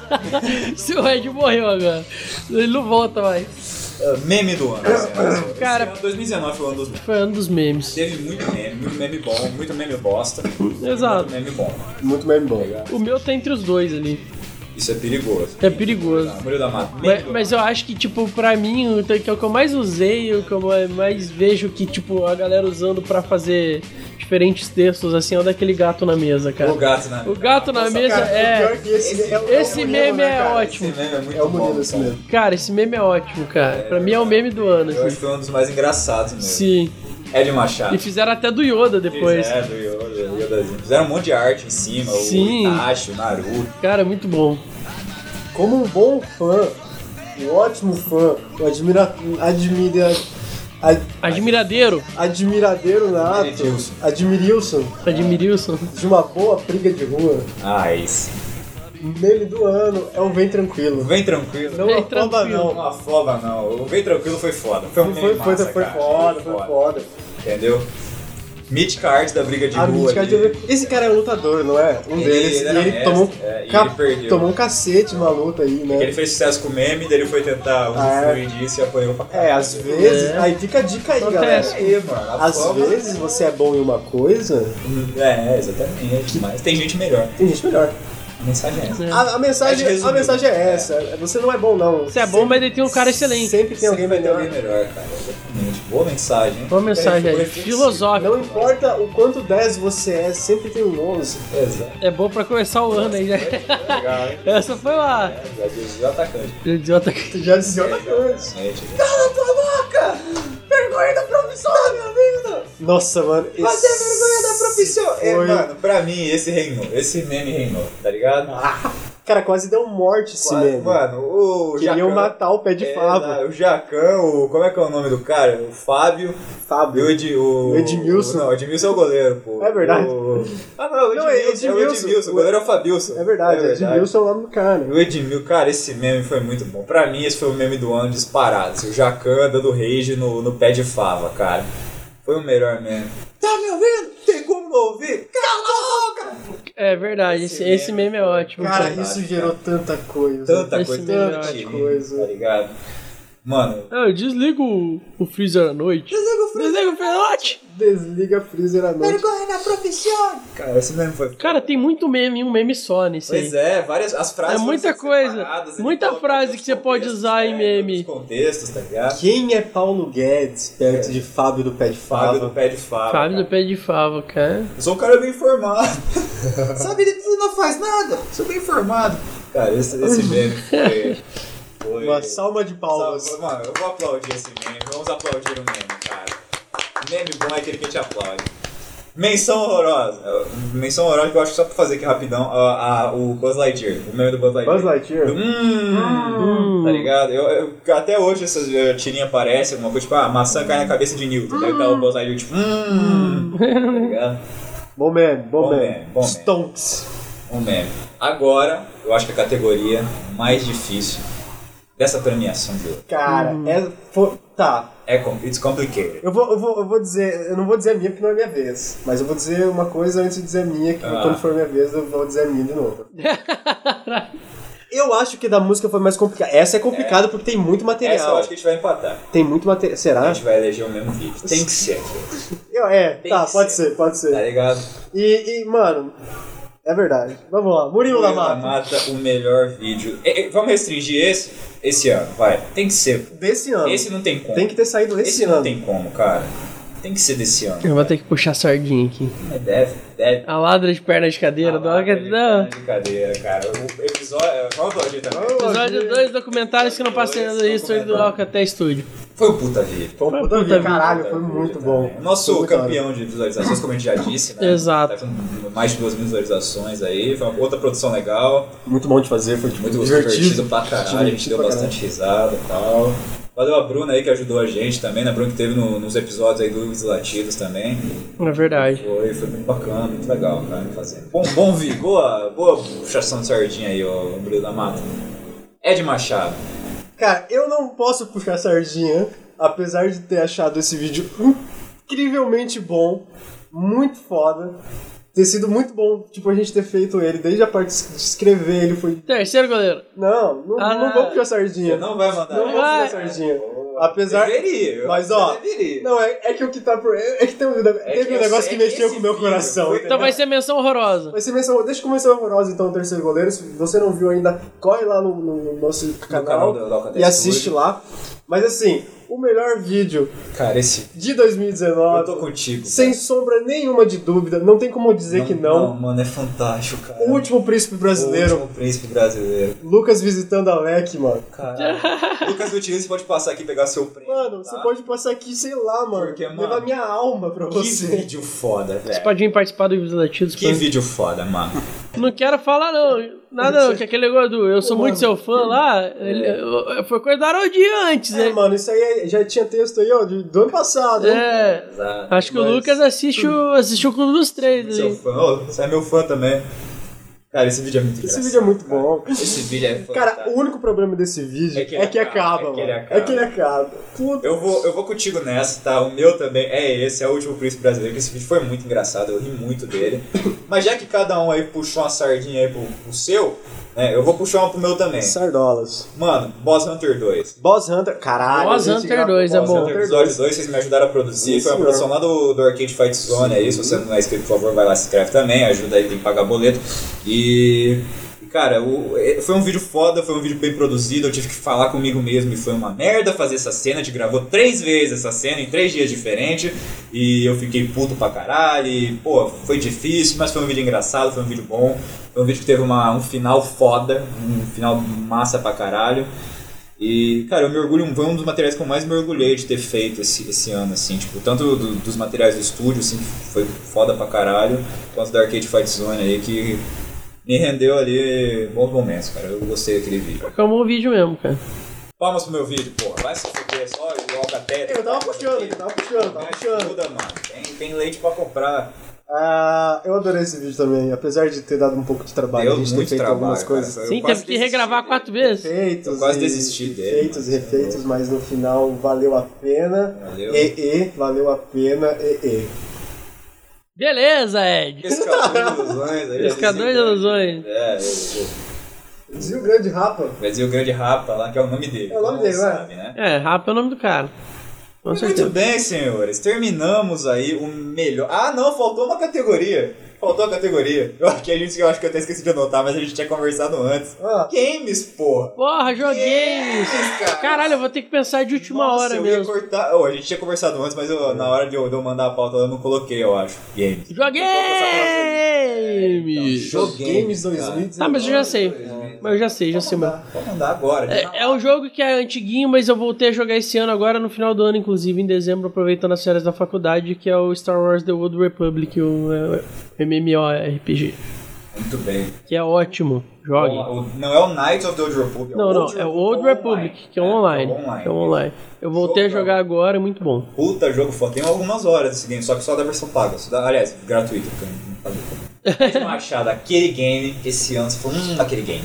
Speaker 3: Se o Ed morreu agora, ele não volta mais.
Speaker 2: Ah, meme do ano. assim, né? Esse
Speaker 3: Cara-
Speaker 2: ano, 2019 foi o ano dos memes.
Speaker 3: Foi ano dos memes.
Speaker 2: Teve muito meme, muito meme bom, muito meme bosta.
Speaker 3: Exato.
Speaker 2: Muito meme bom.
Speaker 4: Muito bem bom.
Speaker 3: O meu tá entre os dois ali.
Speaker 2: Isso é perigoso.
Speaker 3: É perigoso.
Speaker 2: Tá, Murilo da Mata. Meme
Speaker 3: Mas,
Speaker 2: do
Speaker 3: mas eu acho que, tipo, pra mim, o que é o que eu mais usei, o que eu mais vejo que, tipo, a galera usando pra fazer diferentes textos, assim, é o daquele gato na mesa,
Speaker 2: O
Speaker 3: cara.
Speaker 2: gato né? na
Speaker 3: O gato na
Speaker 2: Nossa,
Speaker 3: mesa
Speaker 4: Cara, o pior
Speaker 3: é.
Speaker 4: que esse, é o-
Speaker 3: Esse
Speaker 4: é o
Speaker 3: meme
Speaker 4: né,
Speaker 3: é
Speaker 4: cara?
Speaker 2: Esse
Speaker 3: ótimo.
Speaker 2: meme é muito
Speaker 4: É o
Speaker 2: bom.
Speaker 4: Murilo esse
Speaker 2: cara.
Speaker 4: mesmo.
Speaker 3: Cara, esse meme é ótimo, cara. Pra mim é o meme do ano,
Speaker 2: Eu acho
Speaker 3: assim.
Speaker 2: que foi um dos mais engraçados
Speaker 4: é.
Speaker 2: mesmo.
Speaker 3: Sim.
Speaker 2: Ed Machado.
Speaker 3: E fizeram até do Yoda depois.
Speaker 4: é.
Speaker 2: Fizeram, do Yoda, Yodazinho. Fizeram um monte de arte em cima,
Speaker 3: Sim.
Speaker 2: o Itachi, o Naruto.
Speaker 3: Cara, muito bom.
Speaker 4: Como um bom fã, um ótimo fã, um admira, admira, ad-
Speaker 3: Admiradeiro,
Speaker 4: admiradeiro nato,
Speaker 2: Admirilson.
Speaker 4: admirilson
Speaker 3: Admirilson.
Speaker 4: de uma boa briga de rua,
Speaker 2: Ah, isso.
Speaker 4: meme do ano é o Vem Tranquilo.
Speaker 2: Vem tranquilo.
Speaker 4: Não
Speaker 3: Vem
Speaker 4: afoba
Speaker 3: Tranquilo.
Speaker 4: não.
Speaker 2: Não afoba, não. O Vem tranquilo foi foda. Foi um meme
Speaker 4: Foi, foi,
Speaker 2: massa,
Speaker 4: foi
Speaker 2: cara.
Speaker 4: foda, foi foda.
Speaker 2: Entendeu? Mítica arte da briga de
Speaker 4: A
Speaker 2: rua.
Speaker 4: mítica
Speaker 2: ali.
Speaker 4: de- Esse cara é lutador, não é? Um
Speaker 2: Ele-
Speaker 4: deles.
Speaker 2: ele
Speaker 4: E
Speaker 2: era
Speaker 4: ele,
Speaker 2: mestre,
Speaker 4: tomou,
Speaker 2: é, e
Speaker 4: ca-
Speaker 2: ele perdeu.
Speaker 4: tomou um cacete numa luta aí, né?
Speaker 2: Ele fez sucesso com o meme, daí ele foi tentar
Speaker 4: Ah,
Speaker 2: usufruir disso e apanhou pra
Speaker 4: É,
Speaker 2: caralho. É
Speaker 4: às vezes. Aí fica a dica aí, galera.
Speaker 3: Acontece.
Speaker 2: Aí, mano,
Speaker 4: Às
Speaker 2: afoba.
Speaker 4: vezes você é bom em uma coisa,
Speaker 2: É, exatamente. Mas tem gente melhor.
Speaker 4: tem gente melhor.
Speaker 2: A mensagem é essa.
Speaker 4: A, a mensagem,
Speaker 2: É de resumir.
Speaker 4: a mensagem é essa. Você não é bom, não.
Speaker 3: Você é bom, mas ele tem um cara excelente.
Speaker 4: Sempre tem alguém
Speaker 2: Vai ter
Speaker 4: melhor.
Speaker 2: alguém melhor, cara. Exatamente. Boa mensagem. hein?
Speaker 3: Boa mensagem
Speaker 2: Ficou
Speaker 3: aí.
Speaker 2: reflexivo.
Speaker 3: Filosófico.
Speaker 4: Não importa o quanto 10 você é, sempre tem um 11.
Speaker 2: Exato.
Speaker 3: É bom pra começar o ano aí, né?
Speaker 2: Legal, hein?
Speaker 3: Essa foi uma.
Speaker 2: É, às vezes é atacante.
Speaker 3: Idiota.
Speaker 4: Tu já dizia outra coisa.
Speaker 2: Gente,
Speaker 4: um Cala tua boca! Vergonha da profissão da minha vida! Nossa, mano.
Speaker 2: Mas é vergonha da profissão. É,
Speaker 4: Foi.
Speaker 2: mano, pra mim, esse reinou. Esse meme reinou, tá ligado?
Speaker 4: Cara, quase deu morte esse
Speaker 2: Quase-
Speaker 4: meme.
Speaker 2: Mano, o
Speaker 4: Queriam
Speaker 2: Jacão-
Speaker 4: matar o pé de
Speaker 2: É,
Speaker 4: fava.
Speaker 2: O Jacan, o. Como é que é o nome do cara? O Fábio. Fábio. O, Ed, o,
Speaker 4: O Edmilson.
Speaker 2: Não, o Edmilson é o goleiro, pô.
Speaker 4: É verdade.
Speaker 2: O- ah, não, o
Speaker 4: Não, é
Speaker 2: Edmilson. é o
Speaker 4: Edmilson.
Speaker 2: Edmilson. O goleiro é o Fabilson.
Speaker 4: É verdade, Edmilson é o nome do cara.
Speaker 2: O Edmil, cara, esse meme foi muito bom. Pra mim, esse foi o meme do ano disparado. assim, O Jacan dando rage no, no pé de fava, cara. Foi o melhor meme. Tá me ouvindo? Tem como não ouvir? Cala a boca!
Speaker 3: É verdade, esse,
Speaker 2: meme
Speaker 3: esse meme é ótimo.
Speaker 4: Cara,
Speaker 3: cara.
Speaker 4: isso gerou tanta coisa.
Speaker 2: Tanta
Speaker 3: Esse
Speaker 2: coisa,
Speaker 3: meme é
Speaker 2: tanta
Speaker 4: ótimo.
Speaker 2: tá ligado? Mano,
Speaker 3: Eu desligo o, o freezer à noite.
Speaker 2: desliga o freezer.
Speaker 3: Desligo o pelote!
Speaker 4: Desliga a freezer à noite.
Speaker 2: Vergonha na profissão. Cara, esse meme foi.
Speaker 3: Cara, tem muito meme em um meme só nisso
Speaker 2: Pois
Speaker 3: aí.
Speaker 2: é, várias as frases.
Speaker 3: É muita
Speaker 2: foram
Speaker 3: coisa,
Speaker 2: separadas, ele
Speaker 3: muita
Speaker 2: coloca
Speaker 3: frase
Speaker 2: nos
Speaker 3: que você pode
Speaker 2: contextos,
Speaker 3: usar em
Speaker 2: né,
Speaker 3: meme.
Speaker 2: nos contextos, tá ligado?
Speaker 4: Quem é Paulo Guedes perto de Fábio do Pé de
Speaker 2: Fábio do
Speaker 4: Fábio?
Speaker 2: pé de Fábio.
Speaker 3: Fábio
Speaker 2: cara.
Speaker 3: do pé de fava, cara.
Speaker 2: Eu sou um cara bem informado. Sabe, ele não faz nada. Sou bem informado. Cara, esse, esse meme foi. foi...
Speaker 4: Uma salva de palmas.
Speaker 2: Salva- Mano, eu vou aplaudir esse meme. Vamos aplaudir o meme, cara. Meme bom é aquele que a gente aplaude. Menção horrorosa. Menção horrorosa que eu acho que só pra fazer aqui rapidão. a- a- o Buzz Lightyear. O meme do Buzz Lightyear.
Speaker 4: Buzz Lightyear.
Speaker 2: Hum, tá ligado? Eu, eu- até hoje essas eh, tirinhas aparecem, alguma coisa tipo, ah, maçã cai na cabeça de Newton. Daí tá o Buzz Lightyear tipo, hum, tá ligado?
Speaker 4: Bom meme, bom,
Speaker 2: Bom
Speaker 4: meme.
Speaker 2: meme, bom meme.
Speaker 4: Stonks.
Speaker 2: Um meme. Agora, eu acho que a categoria mais difícil dessa premiação de hoje
Speaker 4: Cara, é, fo- tá.
Speaker 2: é com- It's Complicated.
Speaker 4: Eu vou, eu, vou, eu vou dizer, eu não vou dizer a minha porque não é minha vez, mas eu vou dizer uma coisa antes de dizer a minha, que
Speaker 2: Ah.
Speaker 4: quando for minha vez eu vou dizer a minha de novo. eu acho que da música foi mais complicada. Essa é complicada porque tem muito material.
Speaker 2: Essa eu acho que a gente vai empatar.
Speaker 4: Tem muito material.
Speaker 2: A
Speaker 4: Será?
Speaker 2: gente vai eleger o mesmo vídeo. Tem que ser, aqui,
Speaker 4: Eu, é,
Speaker 2: Tem
Speaker 4: tá,
Speaker 2: que
Speaker 4: pode
Speaker 2: ser.
Speaker 4: ser, pode
Speaker 2: tá
Speaker 4: ser.
Speaker 2: ligado?
Speaker 4: E, e, mano, é verdade. Vamos lá, Murilo
Speaker 2: Murilo
Speaker 4: da
Speaker 2: da
Speaker 4: Mata.
Speaker 2: Mata, o melhor vídeo. E- e- vamos restringir esse? Esse ano, vai. Tem que ser. pô.
Speaker 4: Desse ano.
Speaker 2: Esse não tem como.
Speaker 4: Tem que ter saído esse,
Speaker 2: Esse
Speaker 4: ano.
Speaker 2: não tem como, cara. Tem que ser desse ano.
Speaker 3: Eu vou ter que puxar a sardinha aqui.
Speaker 2: Mas Deve, deve.
Speaker 3: A ladra de perna de
Speaker 4: Ah,
Speaker 3: cadeira. da hora que- Não.
Speaker 2: Brincadeira, cara. O episódio. é, Vamos aplaudir também.
Speaker 3: Episódio 2, documentários que não passei
Speaker 2: Dois
Speaker 3: na history do
Speaker 2: documentários.
Speaker 3: Alcaté Studio.
Speaker 2: Foi o puta vídeo.
Speaker 4: Foi um puta
Speaker 3: puta
Speaker 4: vídeo,
Speaker 3: vídeo.
Speaker 4: caralho, foi muito bom. Foi
Speaker 2: Nosso
Speaker 4: muito
Speaker 2: campeão de visualizações, como a gente já disse, né?
Speaker 3: Exato.
Speaker 2: Tá com mais de duas mil visualizações aí. Foi uma outra produção legal.
Speaker 4: Muito bom de fazer, foi tipo,
Speaker 2: Muito
Speaker 4: divertido.
Speaker 2: divertido, pra caralho. a gente
Speaker 4: Divertido
Speaker 2: deu
Speaker 4: pra
Speaker 2: bastante risada e tal. Valeu a Bruna aí que ajudou a gente também, né? A Bruna que teve no- nos episódios aí do Os Latidos também.
Speaker 3: É verdade.
Speaker 2: Foi, foi muito bacana, muito legal, cara, fazer. Bom, bom vi, boa, boa puxação de sardinha aí, ó, Bruno da Mata. Ed Machado.
Speaker 4: Cara, eu não posso puxar sardinha, apesar de ter achado esse vídeo incrivelmente bom, muito foda. Ter sido muito bom, tipo, a gente ter feito ele, desde a parte de escrever ele foi.
Speaker 3: Terceiro goleiro.
Speaker 4: Não, não,
Speaker 3: Ah,
Speaker 4: não
Speaker 3: não.
Speaker 4: vou puxar sardinha.
Speaker 2: Você
Speaker 4: Não,
Speaker 2: não vai mandar.
Speaker 4: vou puxar
Speaker 3: vai.
Speaker 4: sardinha. Apesar.
Speaker 2: Deveria.
Speaker 4: Mas
Speaker 2: você
Speaker 4: ó,
Speaker 2: deveria.
Speaker 4: não, é, é que o que tá por. É, é que tem um, teve
Speaker 2: que
Speaker 4: um
Speaker 2: eu
Speaker 4: negócio
Speaker 2: sei
Speaker 4: que
Speaker 2: que
Speaker 4: mexeu
Speaker 2: esse
Speaker 4: com o meu
Speaker 2: vídeo
Speaker 4: coração.
Speaker 2: foi-
Speaker 4: entendeu?
Speaker 3: Então vai ser menção horrorosa.
Speaker 4: Vai ser menção, deixa eu começar o horrorosa então, o terceiro goleiro. Se você não viu ainda, corre lá no, no- no nosso
Speaker 2: canal
Speaker 4: canal,
Speaker 2: do Loca
Speaker 4: e
Speaker 2: Test
Speaker 4: assiste
Speaker 2: Studio.
Speaker 4: lá. Mas assim, o melhor vídeo
Speaker 2: Cara, esse.
Speaker 4: de
Speaker 2: Eu
Speaker 4: 2019,
Speaker 2: tô contigo.
Speaker 4: sem
Speaker 2: cara.
Speaker 4: sombra nenhuma de dúvida, não tem como dizer que não.
Speaker 2: mano, é fantástico, cara.
Speaker 4: O último príncipe
Speaker 2: brasileiro.
Speaker 4: brasileiro,
Speaker 2: O último príncipe brasileiro.
Speaker 4: Lucas visitando a Alec, mano.
Speaker 2: Caralho. Lucas Gutierrez, você pode passar aqui e pegar seu prêmio.
Speaker 4: Mano,
Speaker 2: tá?
Speaker 4: você pode passar aqui, sei lá, mano,
Speaker 2: Porque, mano,
Speaker 4: levar minha alma pra
Speaker 2: Que
Speaker 4: você.
Speaker 2: vídeo foda,
Speaker 3: Você
Speaker 2: velho.
Speaker 3: pode vir participar do Vídeo Latidos.
Speaker 2: Que vídeo foda, mano.
Speaker 3: Não quero falar, não. Nada, não. Que aquele negócio do eu sou muito seu fã lá. ele- eu- foi coisa da Haroldinha antes,
Speaker 4: É,
Speaker 3: né?
Speaker 4: mano, isso aí é- já tinha texto aí, ó, de- do ano passado. hein?
Speaker 3: É.
Speaker 2: Exato.
Speaker 3: Acho que o
Speaker 4: Mas-
Speaker 3: Lucas assiste o, assiste o Clube dos Três.
Speaker 2: Seu
Speaker 3: né?
Speaker 4: assim.
Speaker 2: fã. Ô, você é meu fã também. Cara, esse vídeo é muito
Speaker 4: Esse
Speaker 2: engraçado,
Speaker 4: vídeo é muito
Speaker 2: cara.
Speaker 4: bom.
Speaker 2: Esse vídeo é fantástico.
Speaker 4: Cara, o único problema desse vídeo é que, acaba,
Speaker 2: é que
Speaker 4: mano.
Speaker 2: ele acaba.
Speaker 4: É que ele acaba. Puta.
Speaker 2: Eu vou, eu vou contigo nessa, tá? O meu também é esse, é o último príncipe brasileiro, que esse vídeo foi muito engraçado, eu ri muito dele. Mas já que cada um aí puxou uma sardinha aí pro, pro seu, né? Eu vou puxar uma pro meu também.
Speaker 4: Sardolas.
Speaker 2: Mano, Boss Hunter 2.
Speaker 4: Boss Hunter. Caralho.
Speaker 3: Boss
Speaker 4: a gente
Speaker 3: Hunter
Speaker 4: gravou
Speaker 3: 2 é
Speaker 4: Boss
Speaker 3: bom.
Speaker 4: Hunter
Speaker 2: Episódio 2, vocês me ajudaram a produzir.
Speaker 4: Sim,
Speaker 2: Foi uma
Speaker 4: senhor.
Speaker 2: produção lá do, do Arcade Fight Zone aí. Se você não é inscrito, por favor, vai lá se inscreve também. Ajuda aí, tem que pagar boleto. E. e, Cara, o- é, foi um vídeo foda, foi um vídeo bem produzido. Eu tive que falar comigo mesmo e foi uma merda fazer essa cena. A gente gravou três vezes essa cena em três dias diferentes. E eu fiquei puto pra caralho. E, pô, foi difícil, mas foi um vídeo engraçado, foi um vídeo bom. Foi um vídeo que teve uma- um final foda, um final massa pra caralho. E, cara, eu me orgulho, foi um dos materiais que eu mais me orgulhei de ter feito esse, esse ano, assim, tipo, tanto do- dos materiais do estúdio, assim, que foi foda pra caralho, quanto da Arcade Fight Zone aí, que me rendeu ali bons momentos, cara. Eu gostei daquele vídeo.
Speaker 3: É um bom vídeo mesmo, cara.
Speaker 2: Palmas pro meu vídeo, porra. Vai se fuder só o Alcatel.
Speaker 4: Eu tava puxando, eu tava puxando, eu tava puxando.
Speaker 2: tá? Ajuda, mano. Tem, tem leite pra comprar.
Speaker 4: Ah, eu adorei esse vídeo também, apesar de ter dado um pouco de trabalho,
Speaker 2: Deu
Speaker 4: a gente
Speaker 2: muito
Speaker 4: ter feito
Speaker 2: trabalho,
Speaker 4: algumas
Speaker 2: cara.
Speaker 4: coisas.
Speaker 2: Eu quase
Speaker 3: Sim, teve que
Speaker 2: desisti
Speaker 3: regravar
Speaker 2: dele.
Speaker 3: quatro vezes.
Speaker 4: Feitos,
Speaker 2: Eu quase
Speaker 4: e
Speaker 2: desisti dele,
Speaker 4: Feitos e
Speaker 2: mano.
Speaker 4: refeitos, mas no final valeu a pena.
Speaker 2: Valeu.
Speaker 4: E, e, valeu a pena, e, e.
Speaker 3: Beleza, Ed.
Speaker 2: Pescador de ilusões aí.
Speaker 3: Pescador de
Speaker 2: ilusões.
Speaker 3: ilusões.
Speaker 2: É, eu- eu-
Speaker 4: Dizia o grande Rapa.
Speaker 2: Brasil Grande Rapa lá, que é o nome dele.
Speaker 4: É o nome
Speaker 2: todo mundo
Speaker 4: dele, vai.
Speaker 2: sabe, né?
Speaker 3: É, Rapa é o nome do cara. Com
Speaker 2: Muito
Speaker 3: certeza.
Speaker 2: bem, senhores. Terminamos aí o melhor. Ah, não, faltou uma categoria. Faltou a categoria. Eu, acho que a gente, eu acho que eu até esqueci de anotar, mas a gente tinha conversado antes.
Speaker 4: Ah.
Speaker 2: Games, porra.
Speaker 3: Porra, joguei!
Speaker 2: Games, É, cara.
Speaker 3: Caralho, eu vou ter que pensar de última
Speaker 2: Nossa,
Speaker 3: hora
Speaker 2: eu
Speaker 3: mesmo.
Speaker 2: Ia cortar... Oh, a gente tinha conversado antes, mas eu- na hora de eu, de eu mandar a pauta eu não coloquei, eu acho. Games.
Speaker 3: Joguei!
Speaker 2: Então,
Speaker 4: Games
Speaker 2: cara.
Speaker 4: 2019.
Speaker 3: Tá, mas eu já sei. Mas eu já sei, já sei mesmo.
Speaker 2: Pode mandar agora.
Speaker 3: É, é um jogo que é antiguinho, mas eu voltei a jogar esse ano agora, no final do ano, inclusive, em dezembro, aproveitando as férias da faculdade, que é o Star Wars The Old Republic, o é, MMORPG.
Speaker 2: Muito bem.
Speaker 3: Que é ótimo. Jogue.
Speaker 2: O- não é o Knights of the Old Republic.
Speaker 3: Não, não, é o Old Republic, que é online.
Speaker 2: online.
Speaker 3: É online. Eu voltei a
Speaker 2: Jogão.
Speaker 3: jogar agora, é muito bom.
Speaker 2: Puta jogo foda. Tem algumas horas desse game, só que só da versão paga. Só da- aliás, gratuito. porque não paga. Deixa eu achar daquele game que esse ano. Você falou, hum, aquele game.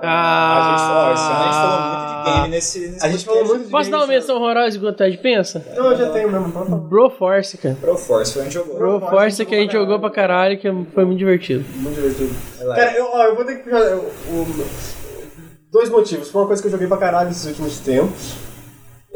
Speaker 2: Ah, a gente falou, esse ano a gente falou muito de né? game nesse. nesse
Speaker 4: A gente falou
Speaker 2: podcast.
Speaker 4: muito de
Speaker 3: Ah. Posso dar uma
Speaker 4: games,
Speaker 3: menção horrorosa enquanto a gente pensa?
Speaker 4: Não, eu já tenho mesmo. pode falar.
Speaker 3: Broforce, cara.
Speaker 2: Broforce, foi a gente jogou.
Speaker 3: Broforce que a gente jogou pra caralho, que foi muito divertido.
Speaker 4: Muito divertido.
Speaker 2: Vai lá.
Speaker 4: Cara, eu, ó, eu vou ter que puxar eu- o- dois motivos. Foi uma coisa que eu joguei pra caralho nesses últimos tempos.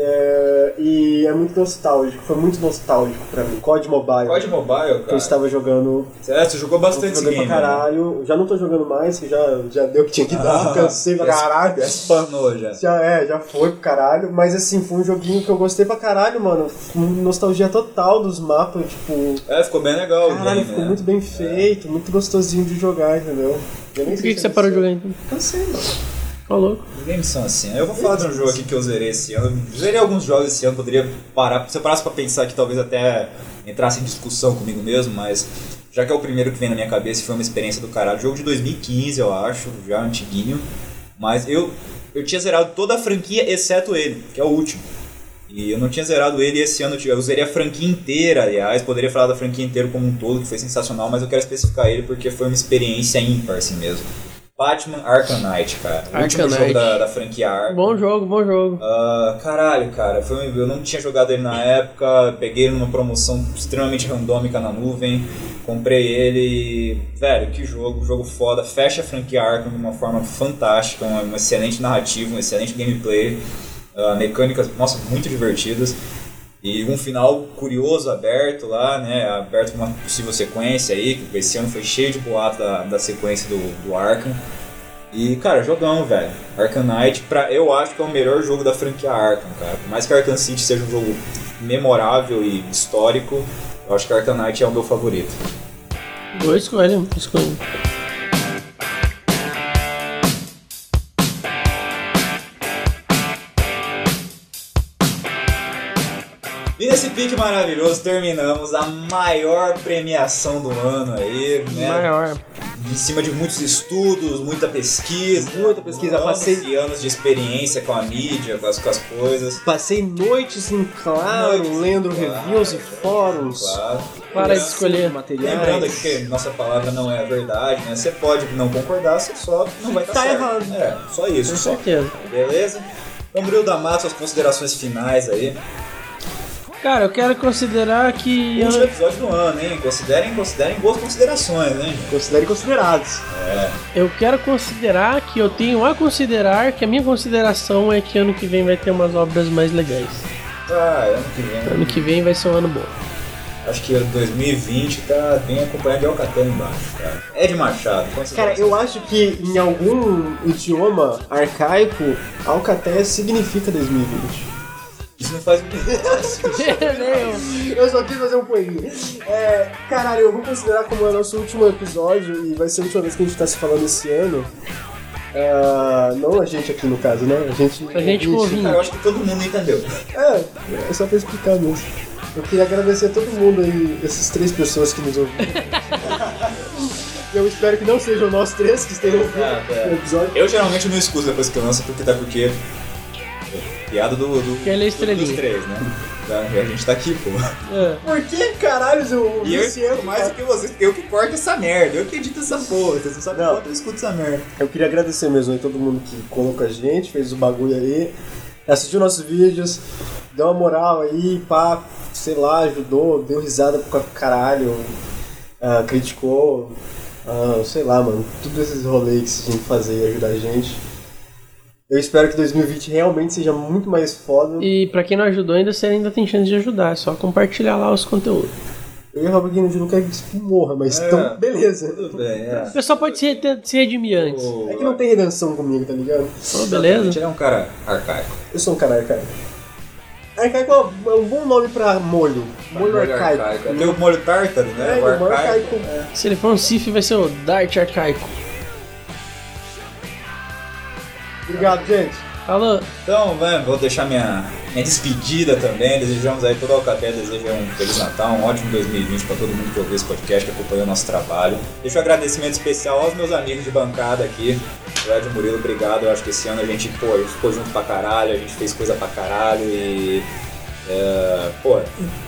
Speaker 4: É, e é muito nostálgico, foi muito nostálgico pra mim. COD Mobile.
Speaker 2: COD Mobile,
Speaker 4: que eu
Speaker 2: cara.
Speaker 4: estava jogando,
Speaker 2: Sério, você jogou bastante esse game.
Speaker 4: jogando pra
Speaker 2: né?
Speaker 4: caralho. Já não tô jogando mais, que já, já deu o que tinha que dar,
Speaker 2: Ah,
Speaker 4: cansei pra
Speaker 2: já-
Speaker 4: caralho.
Speaker 2: Já espanou já.
Speaker 4: Já é, já foi pro caralho. Mas assim, foi um joguinho que eu gostei pra caralho, mano. Nostalgia total dos mapas, tipo.
Speaker 2: É, ficou bem legal o
Speaker 4: Caralho,
Speaker 2: game,
Speaker 4: ficou
Speaker 2: né?
Speaker 4: muito bem feito, muito gostosinho de jogar, entendeu? Eu nem
Speaker 3: Por que, que você
Speaker 2: é
Speaker 3: parou de jogar então?
Speaker 4: Cansei, mano.
Speaker 3: Tá louco.
Speaker 2: Os games são assim. Eu vou falar de um jogo aqui que eu zerei esse ano. Eu Zerei alguns jogos esse ano, poderia parar. Se eu parasse pra pensar que talvez até entrasse em discussão comigo mesmo, mas já que é o primeiro que vem na minha cabeça, foi uma experiência do caralho. Jogo de 2015, eu acho, já antiguinho. Mas eu, eu tinha zerado toda a franquia, exceto ele, que é o último. E eu não tinha zerado ele e esse ano eu tive- eu zerei a franquia inteira, aliás. Poderia falar da franquia inteira como um todo, que foi sensacional, mas eu quero especificar ele porque foi uma experiência ímpar assim mesmo. Batman Arkham Knight, cara. O último
Speaker 3: Arkham
Speaker 2: jogo
Speaker 3: Knight.
Speaker 2: da, da franquia Arkham.
Speaker 3: Bom jogo, bom jogo.
Speaker 2: Ah, caralho, cara, foi, um, eu não tinha jogado ele na época, peguei ele numa promoção extremamente randômica na nuvem, comprei ele e, velho, que jogo, jogo foda, fecha a franquia Arkham de uma forma fantástica, uma, uma excelente narrativa, um excelente gameplay, ah, mecânicas, nossa, muito divertidas. E um final curioso, aberto lá, né? Aberto com uma possível sequência aí, que esse ano foi cheio de boato da, da sequência do, do Arkham. E, cara, jogão, velho. Arkham Knight, pra, eu acho que é o melhor jogo da franquia Arkham, cara. Por mais que Arkham City seja um jogo memorável e histórico, eu acho que Arkham Knight é o meu favorito.
Speaker 3: Boa escolha, boa escolha.
Speaker 2: E nesse pique maravilhoso, terminamos a maior premiação do ano aí, né?
Speaker 3: Maior.
Speaker 2: em cima de muitos estudos, muita pesquisa,
Speaker 4: Muita pesquisa,
Speaker 2: anos
Speaker 4: passei-
Speaker 2: e anos de experiência com a mídia, com as, com as coisas.
Speaker 4: Passei noites em claro,
Speaker 2: Noites em
Speaker 4: lendo
Speaker 2: claro,
Speaker 4: reviews e fóruns.
Speaker 2: Claro.
Speaker 3: Para de escolher.
Speaker 4: materiais.
Speaker 2: Lembrando aqui que nossa palavra não é a verdade, né? Você pode não concordar, você só não vai estar
Speaker 4: Tá
Speaker 2: certo.
Speaker 4: errado.
Speaker 2: É, só isso,
Speaker 3: Com
Speaker 2: só.
Speaker 3: certeza.
Speaker 2: Beleza? Então, Bril da Mata, suas considerações finais aí.
Speaker 3: Cara, eu quero considerar que.
Speaker 2: Último episódio do ano, hein? Considerem, considerem boas considerações, né? gente?
Speaker 4: Considere considerados.
Speaker 3: Eu quero considerar que eu tenho a considerar que a minha consideração é que ano que vem vai ter umas obras mais legais.
Speaker 2: Ah, ano que vem.
Speaker 3: Ano que vem vai ser um ano bom.
Speaker 2: Acho que 2020 tá bem acompanhado de Alcatel embaixo, cara. Ed Machado,
Speaker 4: Cara,
Speaker 2: considerações.
Speaker 4: eu acho que em algum idioma arcaico, Alcateia significa 2020.
Speaker 2: Isso não faz o menor sentido.
Speaker 4: Eu só quis fazer um poeminha. É, caralho, eu vou considerar como é o nosso último episódio e vai ser a última vez que a gente tá se falando esse ano. Ah, não a gente aqui no caso, né? A gente.
Speaker 3: A gente com ouvinte.
Speaker 2: Cara, eu acho que todo mundo entendeu.
Speaker 4: É, é só pra explicar mesmo. Eu queria agradecer a todo mundo aí, essas três pessoas que nos ouviram. eu espero que não sejam nós três que estejam ouvindo
Speaker 2: Exato, é.
Speaker 4: o episódio.
Speaker 2: Eu geralmente não escuto depois que eu lanço, porque tá porque. Piada do. do
Speaker 3: Que ele é
Speaker 2: do-
Speaker 3: estrelinha.
Speaker 2: Dos três, né? Tá? E a gente tá aqui, pô.
Speaker 3: É.
Speaker 4: Por que caralho eu
Speaker 2: E eu escuto mais do que vocês, eu que corto essa merda, eu que edito essa porra, vocês não sabem
Speaker 4: Não.
Speaker 2: quanto eu escuto essa merda.
Speaker 4: Eu queria agradecer mesmo aí todo mundo que colocou a gente, fez o bagulho aí, assistiu nossos vídeos, deu uma moral aí, pá, sei lá, ajudou, deu risada pra caralho, ah, criticou, Ah, sei lá, mano. Tudo esses rolês que vocês tinham que fazer e ajudar a gente. Eu espero que 2020 realmente seja muito mais foda.
Speaker 3: E pra quem não ajudou ainda, você ainda tem chance de ajudar. É só compartilhar lá os conteúdos.
Speaker 4: Eu e o Robert Guinness não quero que isso morra, mas
Speaker 2: É.
Speaker 4: então, beleza.
Speaker 2: Tudo bem, é.
Speaker 3: O pessoal pode se, rete- se redimir antes.
Speaker 2: O-
Speaker 4: É que não tem redenção comigo, tá ligado?
Speaker 3: Falou, beleza?
Speaker 2: Ele é um cara arcaico.
Speaker 4: Eu sou um cara arcaico. Arcaico é um- é um bom nome pra molho. Molho arcaico. Hum.
Speaker 2: Tem o molho tártaro, né?
Speaker 4: É,
Speaker 2: o
Speaker 4: molho arcaico.
Speaker 3: Se ele for um Sif, vai ser o Dart Arcaico.
Speaker 4: Obrigado, gente.
Speaker 3: Falou.
Speaker 2: Então, mano, vou deixar minha, minha despedida também. Desejamos aí toda a Alcatel, deseja um Feliz Natal, um ótimo 2020 para todo mundo que ouviu esse podcast, que acompanhou o nosso trabalho. Deixo um agradecimento especial aos meus amigos de bancada aqui. Fred Murilo, obrigado. Eu acho que esse ano a gente, pô, a gente ficou junto pra caralho, a gente fez coisa pra caralho e. É, pô,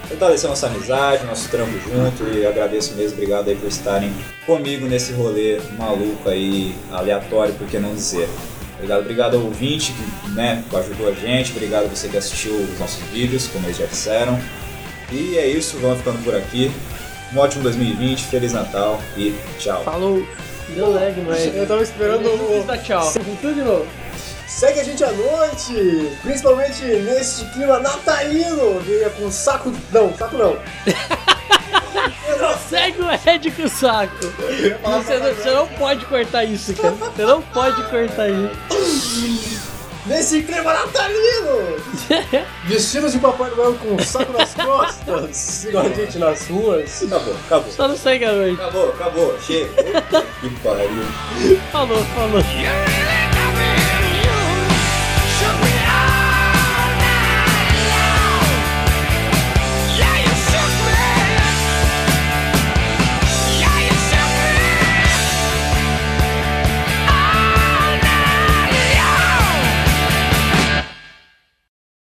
Speaker 2: fortalecer nossa amizade, nosso trampo junto e agradeço mesmo, obrigado aí por estarem comigo nesse rolê maluco aí, aleatório, por que não dizer. Obrigado, obrigado ao ouvinte que né, ajudou a gente, obrigado você que assistiu os nossos vídeos, como eles já disseram. E é isso, vamos ficando por aqui. Um ótimo 2020, Feliz Natal e tchau.
Speaker 3: Falou. Deu lag, mas...
Speaker 4: Eu tava esperando
Speaker 3: Ele não quis dar
Speaker 4: o.
Speaker 3: tchau.
Speaker 4: Tudo de novo. Segue a gente à noite, principalmente neste clima natalino. Venha com saco. Não, saco não.
Speaker 3: Segue o Ed com o saco. Você não, você não pode cortar isso, cara. Você não pode cortar isso.
Speaker 4: Nesse clima natalino! Vestidos de Papai Noel com saco nas costas. Sigam a gente nas ruas.
Speaker 2: Acabou, acabou.
Speaker 3: Só não segue a noite.
Speaker 2: Acabou, acabou, chega. que pariu.
Speaker 3: Falou, falou.
Speaker 7: Yeah!